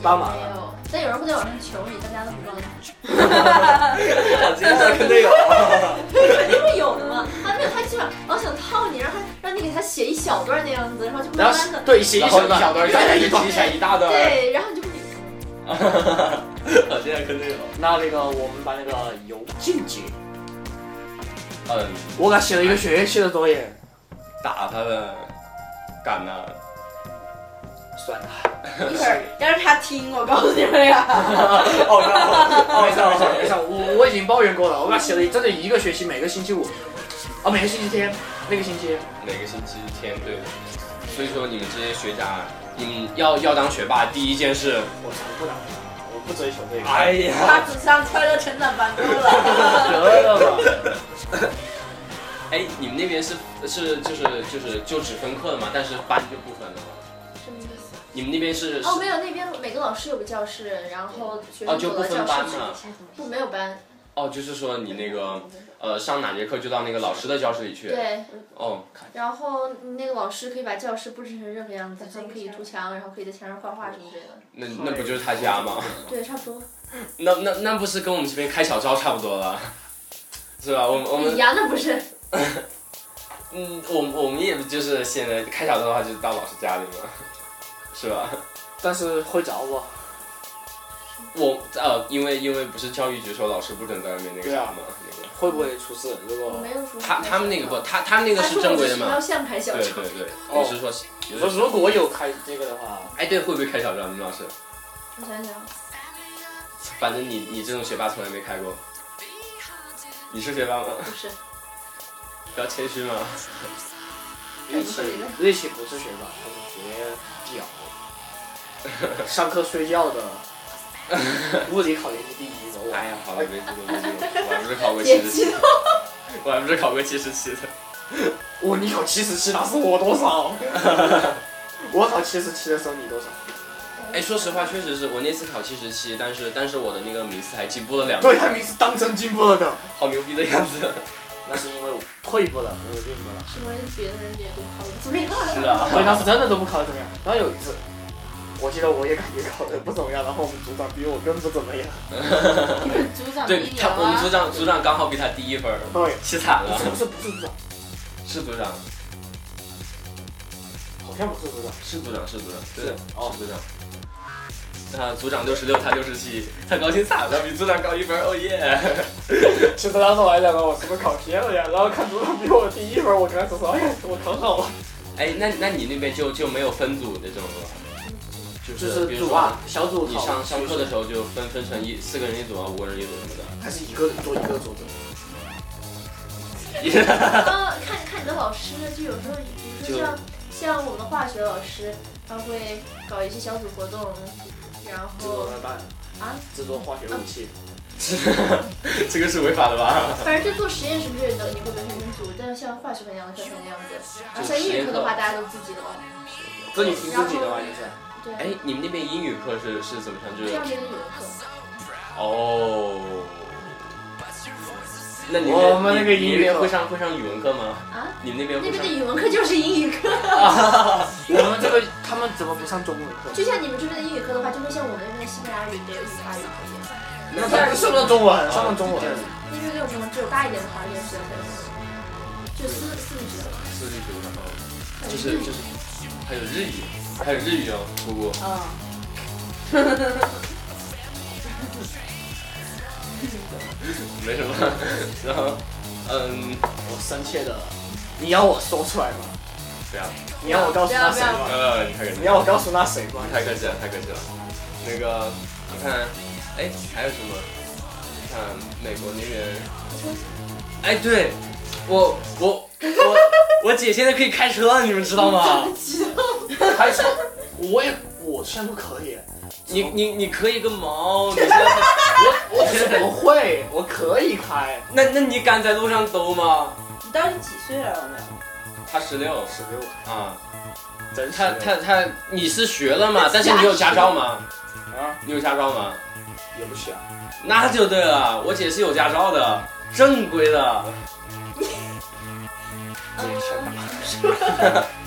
S2: 帮忙
S4: 没
S2: 啊？
S4: 有，但有人会在网上求你，但大家都不帮你，
S7: 我今天肯定有。
S4: [LAUGHS] 肯定会有的嘛。他没有，他基本上老哦想套你，让他让你给他写一小段那样子，然后就
S2: 然
S4: 慢
S2: 后
S4: [LAUGHS] 慢的
S2: 对写一
S1: 然后
S2: 小
S1: 一小
S2: 段，
S1: 段，一
S2: 大
S1: 小
S2: 家
S1: 段，
S2: 一
S1: 一
S2: 段
S1: 起。写一大段。
S4: 对，然后你就会哦
S1: 我现在肯定有。
S2: 那那个我们班那个尤静姐，
S1: 嗯，
S2: 我给她写了一个学乐器的作业，
S1: 打他的，敢呐！
S2: 算了，
S6: 一会儿要是他听，我告诉你们呀，
S7: 哦，那
S2: 没事没事没事，哦我我已经抱怨过了，我给她写了真的一个学期，每个星期五，啊每个星期天，那个星期
S1: 每个星期天对。所以说你们这些学渣，你们要要当学霸，第一件事，
S2: 我才不了，我不追求这个， [LAUGHS]
S1: 哎
S6: 他
S1: 呀，
S6: 祖上快乐成长班够了。
S2: 得了吧， [LAUGHS]
S1: 哎，你们那边是是就是就是就只分课的吗？但是班就不分了吗？
S4: 什么意思？
S1: 你们那边是
S4: 哦，没有，那边每个老师有个教室，然后学
S1: 哦
S4: 生
S1: 就
S4: 走
S1: 不
S4: 到
S1: 分
S4: 教
S1: 班
S4: 室去
S1: 嘛？
S4: 不没有班，
S1: 哦，就是说你那个呃上哪节课就到那个老师的教室里去。
S4: 对，
S1: 哦，
S4: 然后那个老师可以把教室布置成任何样子，他们可以涂墙，然后可以在墙上画画什么之类的。
S1: 那那不就是他家吗？
S4: 对，差不多。
S1: 那那那不是跟我们这边开小灶差不多了， [LAUGHS] 是吧？我们我
S4: 哎一
S1: 们
S4: 样的不是？
S1: 嗯，我们我们也就是现在开小灶的话，就是到老师家里嘛，是吧？
S2: 但是会找我，
S1: 我呃，因为因为不是教育局说老师不准在外面那个
S2: 对
S1: 啥
S2: 啊
S1: 嘛，那个
S2: 会不会出事？如
S4: 我
S2: 果
S4: 没有说。
S1: 他他们那个不，他他们那个是正规的
S4: 要
S1: 嘛？
S4: 像开小
S1: 对
S4: 窗，
S1: 对对，
S2: 哦
S1: 老师说，
S2: 我说如果有开这个的话，
S1: 哎对，会不会开小灶？你们老师，
S4: 我想想，
S1: 反正你你这种学霸从来没开过，你是学霸吗？ [LAUGHS]
S4: 不是，
S1: 不要谦虚嘛。
S2: 瑞奇，瑞奇不是学霸，他是学屌，上课睡觉 [LAUGHS] 的，物理考研是第一的，我
S1: 哎呀，好了，
S2: 哎
S1: 没激动，没激动，我还不是考过七
S6: 别
S1: 十 [LAUGHS]
S6: 激
S1: 七，
S6: 动，
S1: 我还不是考过七十七的。
S2: 我你考七十七，那是我多 [LAUGHS] 少？我考七十七的时候你多少？
S1: 哎，说实话，确实是我那次考七十七，但是但是我的那个名次还进步了两
S2: 对，
S1: 名，
S2: 他名是当真进步了的，
S1: 好牛逼的样子。
S2: 那是因为我退步了，我进步了。
S4: 是因为别的人也都考了，怎么也考
S1: 是
S4: 了？
S1: 啊，
S2: 我当时真的都不考得怎么样，然后有一次。我记得我也感觉考得不怎么样，然后我们组长比我更不怎么样。
S6: 组长 [LAUGHS]
S1: 对
S6: 你
S1: 他，我们组
S6: 啊，
S1: 长组长刚好比他低一分儿，
S2: [LAUGHS] 对，
S1: 凄惨了
S2: 是。不是不是组长？
S1: 是组长，
S2: 好像不是组长。
S1: 是组长，是组长，对，
S2: 是哦
S1: 是组长。啊，组长六十六，他六十七，他高兴惨了，比组长高一分儿，哦
S2: [LAUGHS]
S1: 耶！
S2: 其实当时我还想到我是不是考偏了呀，然后看组长比我低一分，我刚才说哎呀，我考好了。
S1: 哎，那那你那边就就没有分组那种了吧？就
S2: 就是
S1: 比如
S2: 组
S1: 说
S2: 啊，小组
S1: 你上上课的时候就分分成一四个人一组啊，五个人一组什么的。
S2: 还是一个做一个组的，
S4: 呃，看看你的老师，就有时候，比如
S1: 就
S4: 说像像我们的化学老师，他会搞一些小组活动，然
S2: 制作
S4: 后
S2: 外办
S4: 啊，
S2: 制作化学武器， [LAUGHS]
S1: 这个是违法的 [LAUGHS] 吧？
S4: 反正就做实验什么之类的，你会分成组。但是像化学课那样的课程那样子，然后像英语课的话，大家都自己的哦。
S2: 自己听自己的吧，就是。
S4: 对，
S1: 哎，你们那边英语课是是怎么上？就
S4: 这
S1: 是
S4: 样就是有课。
S1: 哦。那你
S2: 我们那个
S1: 你
S2: 英语
S1: 你那边
S2: 课
S1: 会上会上语文课吗？
S4: 啊？
S1: 你们那边
S4: 那
S1: 会上
S4: 边的？语文课就是英语课，
S2: 我们这个他们怎么不上中文课？
S4: 就像你们这边的英语课的话，就会像我们那边的西班牙语、德语、法语一样。
S2: 那他们上了中文，啊上了中文。
S4: 那边没有中文，只有大一点的法语学会了，就四四级了。
S1: 私立学校，就是就是，还有日语，还有日语哦，姑姑。
S4: 啊
S6: 嗯，
S1: 没什么。 [LAUGHS] 然后，嗯，
S2: 我深切的，你要我说出来吗？
S1: 这样，
S2: 你要我告诉那谁吗？
S1: 呃，你太客气
S2: 你
S1: 了，
S2: 要我告诉那谁吗？
S1: 太客气了，太客气了。那个，你看，哎，还有什么？你看美国那边，哎，对，我我 [LAUGHS] 我 [LAUGHS] 我姐现在可以开车了，你们知道吗？
S2: [LAUGHS] 开车，我也我现在就可以，
S7: 你你你可以个毛！你现在
S1: [LAUGHS]
S7: 我我现
S2: 我
S7: 在
S2: 会，我可以开。
S7: 那那你敢在路上兜吗？
S6: 你到底几岁啊了，老妹？
S1: 他十六
S2: 十六，
S1: 啊，
S2: 真
S1: 他
S2: 16
S1: 他他，你是学了 [LAUGHS] 嘛？但是啊你有驾照吗？
S2: 啊
S1: 你有驾照吗？
S2: 也不行，
S1: 那就对了，我姐是有驾照的，正规的。
S2: 也先打。
S1: [LAUGHS]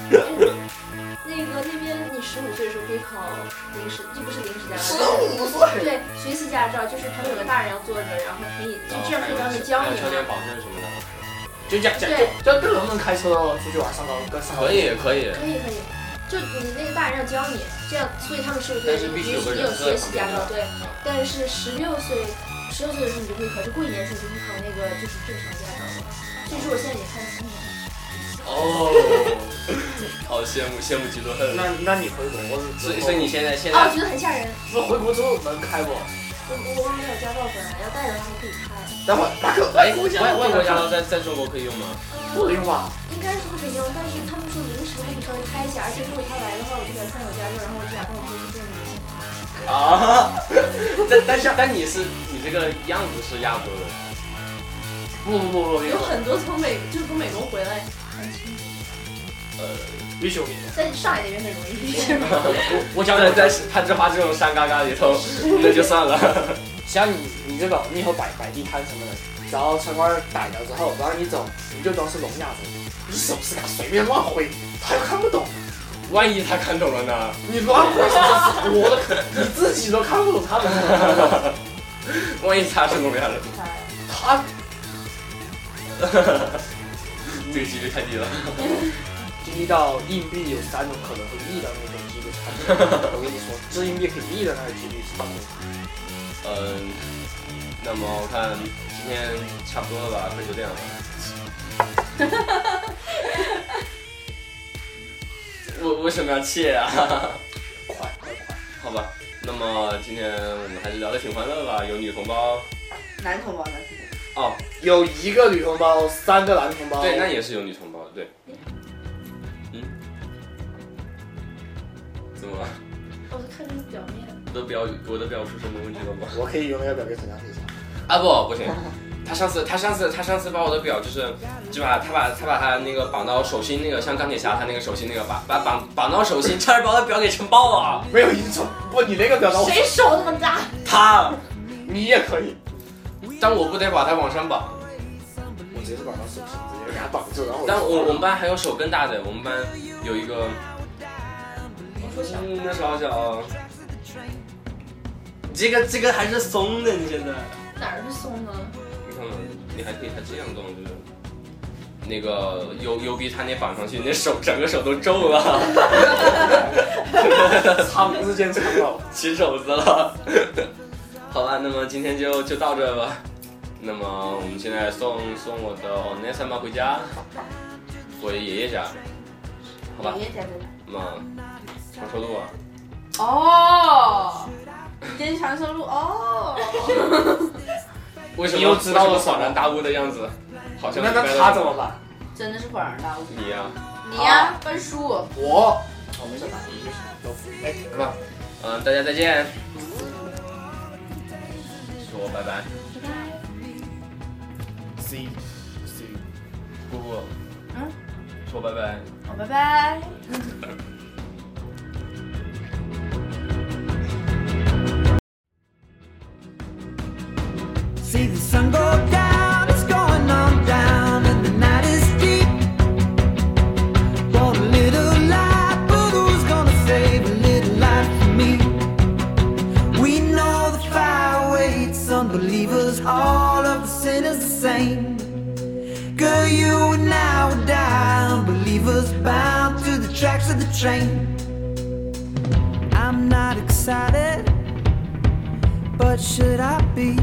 S4: [LAUGHS] 那个那边你十五岁的时候可以考临时，这不是临时驾
S2: 十
S4: 照，
S2: 五岁，
S4: 对，学习驾照就是旁边有个大人要坐着，然后陪你，就这样可以让你教
S1: 还有
S4: 你
S1: 哎车
S4: 嘛。
S1: 间保证什么的，
S2: 就讲讲
S4: 对，
S2: 就跟能不能开车出去玩上高跟上高
S1: 可以可以。
S4: 可以可以，就你那个大人要教你，这样，所以他们是不是
S1: 但
S4: 对
S1: 是
S4: 你
S1: 必须
S4: 允
S1: 有个
S4: 许你
S1: 人
S4: 有
S1: 在
S4: 学
S1: 旁
S4: 习
S1: 边的嗯
S4: 驾照？对，但是十六岁，十六岁的时候你就可以考，就过一年级就可以考那个就是正常驾照了。这是我现在也看清了。
S1: [LAUGHS] 哦，好羡慕羡慕嫉妒恨。
S2: 那那你回国了
S1: 所
S2: 之后，
S1: 以所以你现在现
S4: 啊，我
S1: 在
S4: 觉得很吓人。
S2: 不是回国之后能开不？
S4: 我我妈没有驾照本来，要带着她才可以开。
S2: 待会儿马可
S1: 哎，
S2: 国
S1: 外外国驾
S2: 家
S1: 照在在中国可以用吗？
S2: 不能用吧？
S4: 嗯应该是不可以用，但是他们说临时可以稍微开一下，而且如果他来的话，我就得上有驾照，然后我这俩跟我哥去见你。
S1: 啊，但但是但你是你这个样子是亚洲人，
S2: 不不不不，
S6: 有很多从美就是从美国回来，
S2: 必须有名。
S4: 在上海那边很容易遇见。
S1: 我我想在在攀枝花这种山旮旯里头，那就算了。
S2: 像你你这种，你以后摆摆地摊什么的，然后城管逮了之后，然后你走，你就装是聋哑人，你手势敢随便乱挥，他又看不懂，
S1: [LAUGHS] 万一他看懂了呢？
S2: 你乱 [LAUGHS] 挥什么我的，你自己都看不懂他们， [LAUGHS]
S1: 万一他是聋哑人，
S2: 他
S1: 这个几率太低了。
S2: 经历到硬币有三种可能会溢的那种几率差不多，我跟你说，掷硬币可以溢的那个几率是差不多。
S1: 嗯，那么我看今天差不多了吧，快九点了。 [LAUGHS] 我为什么要切啊？
S2: 快快快！
S1: 好吧，那么今天我们还是聊得挺欢乐吧，有女同胞
S6: 男同胞，男同胞。
S1: 哦，
S2: 有一个女同胞，三个男同胞。
S1: 对，那也是有女同胞，对。嗯，怎么了？
S4: 哦我就看这个表面。
S1: 我的表我的表出什么问题了吗？
S2: 我可以用那个表格衡量一下。
S1: 啊不，不行。他上次，他上次，他上次把我的表就是，就把他把他把他那个绑到手心那个，像钢铁侠他那个手心那个把把绑绑到手心，差点把我的表给撑爆了。啊
S2: 没有一种，不，你那个表格我，
S4: 谁手那么大？
S1: 他，
S2: 你也可以。
S1: 但我不得把它往上绑。
S2: 我直接是绑到手心，直接给他绑住，然后
S1: 但我我们班还有手更大的，我们班有一个，嗯，那小小，这个这个还是松的，你现在。
S4: 哪儿是松啊呢？
S1: 你看嘛，你还可以还这样动，就是那个有有比他那绑上去，那手整个手都皱了， [LAUGHS]
S2: 长日间长老，
S1: 起肘子了。 [LAUGHS] 好吧，那么今天就就到这吧。那么我们现在送送我的 o n e s a m a 回家，回爷爷家，好吧
S6: 爷？爷家在哪？
S1: 那么长寿路啊，
S6: 哦， [LAUGHS] 你今天长寿路哦，
S1: 为什么
S2: 你又知道了
S1: 为
S2: 什
S1: 什
S2: 么
S1: 么恍然大悟的样子？好像
S2: [LAUGHS] 那
S1: 明白
S2: 那
S1: 了
S2: 他怎么？办？
S6: [LAUGHS] 真的是恍然大悟。
S1: 你啊呀、
S6: 你呀，笨叔，
S2: 我，我没事，打一就是，哎，是吧？
S1: 嗯、大家再见，说拜拜。
S2: C C，
S1: 姑姑，
S6: 嗯，
S1: 说拜拜。
S6: 好，拜拜。
S9: See the sun go down, it's going on down, and the night is deep. Want a little light, but who's gonna save a little light for me? We know the fire waits on believers, all of the sinners the same. Girl, you and I will die, unbelievers bound to the tracks of the train. I'm not excited, but should I be?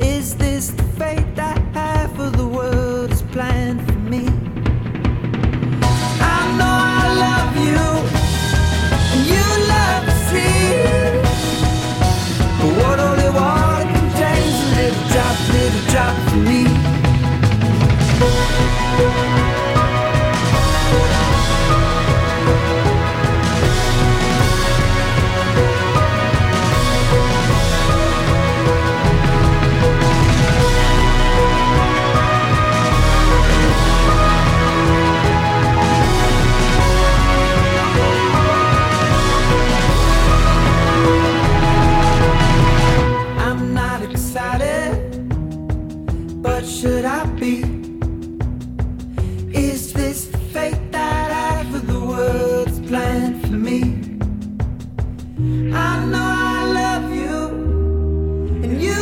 S9: Is this the fate that half of the world is planned for me? I know I love you, and you love the sea. But what only water contains a little drop, little drop for me. I know I love you, and you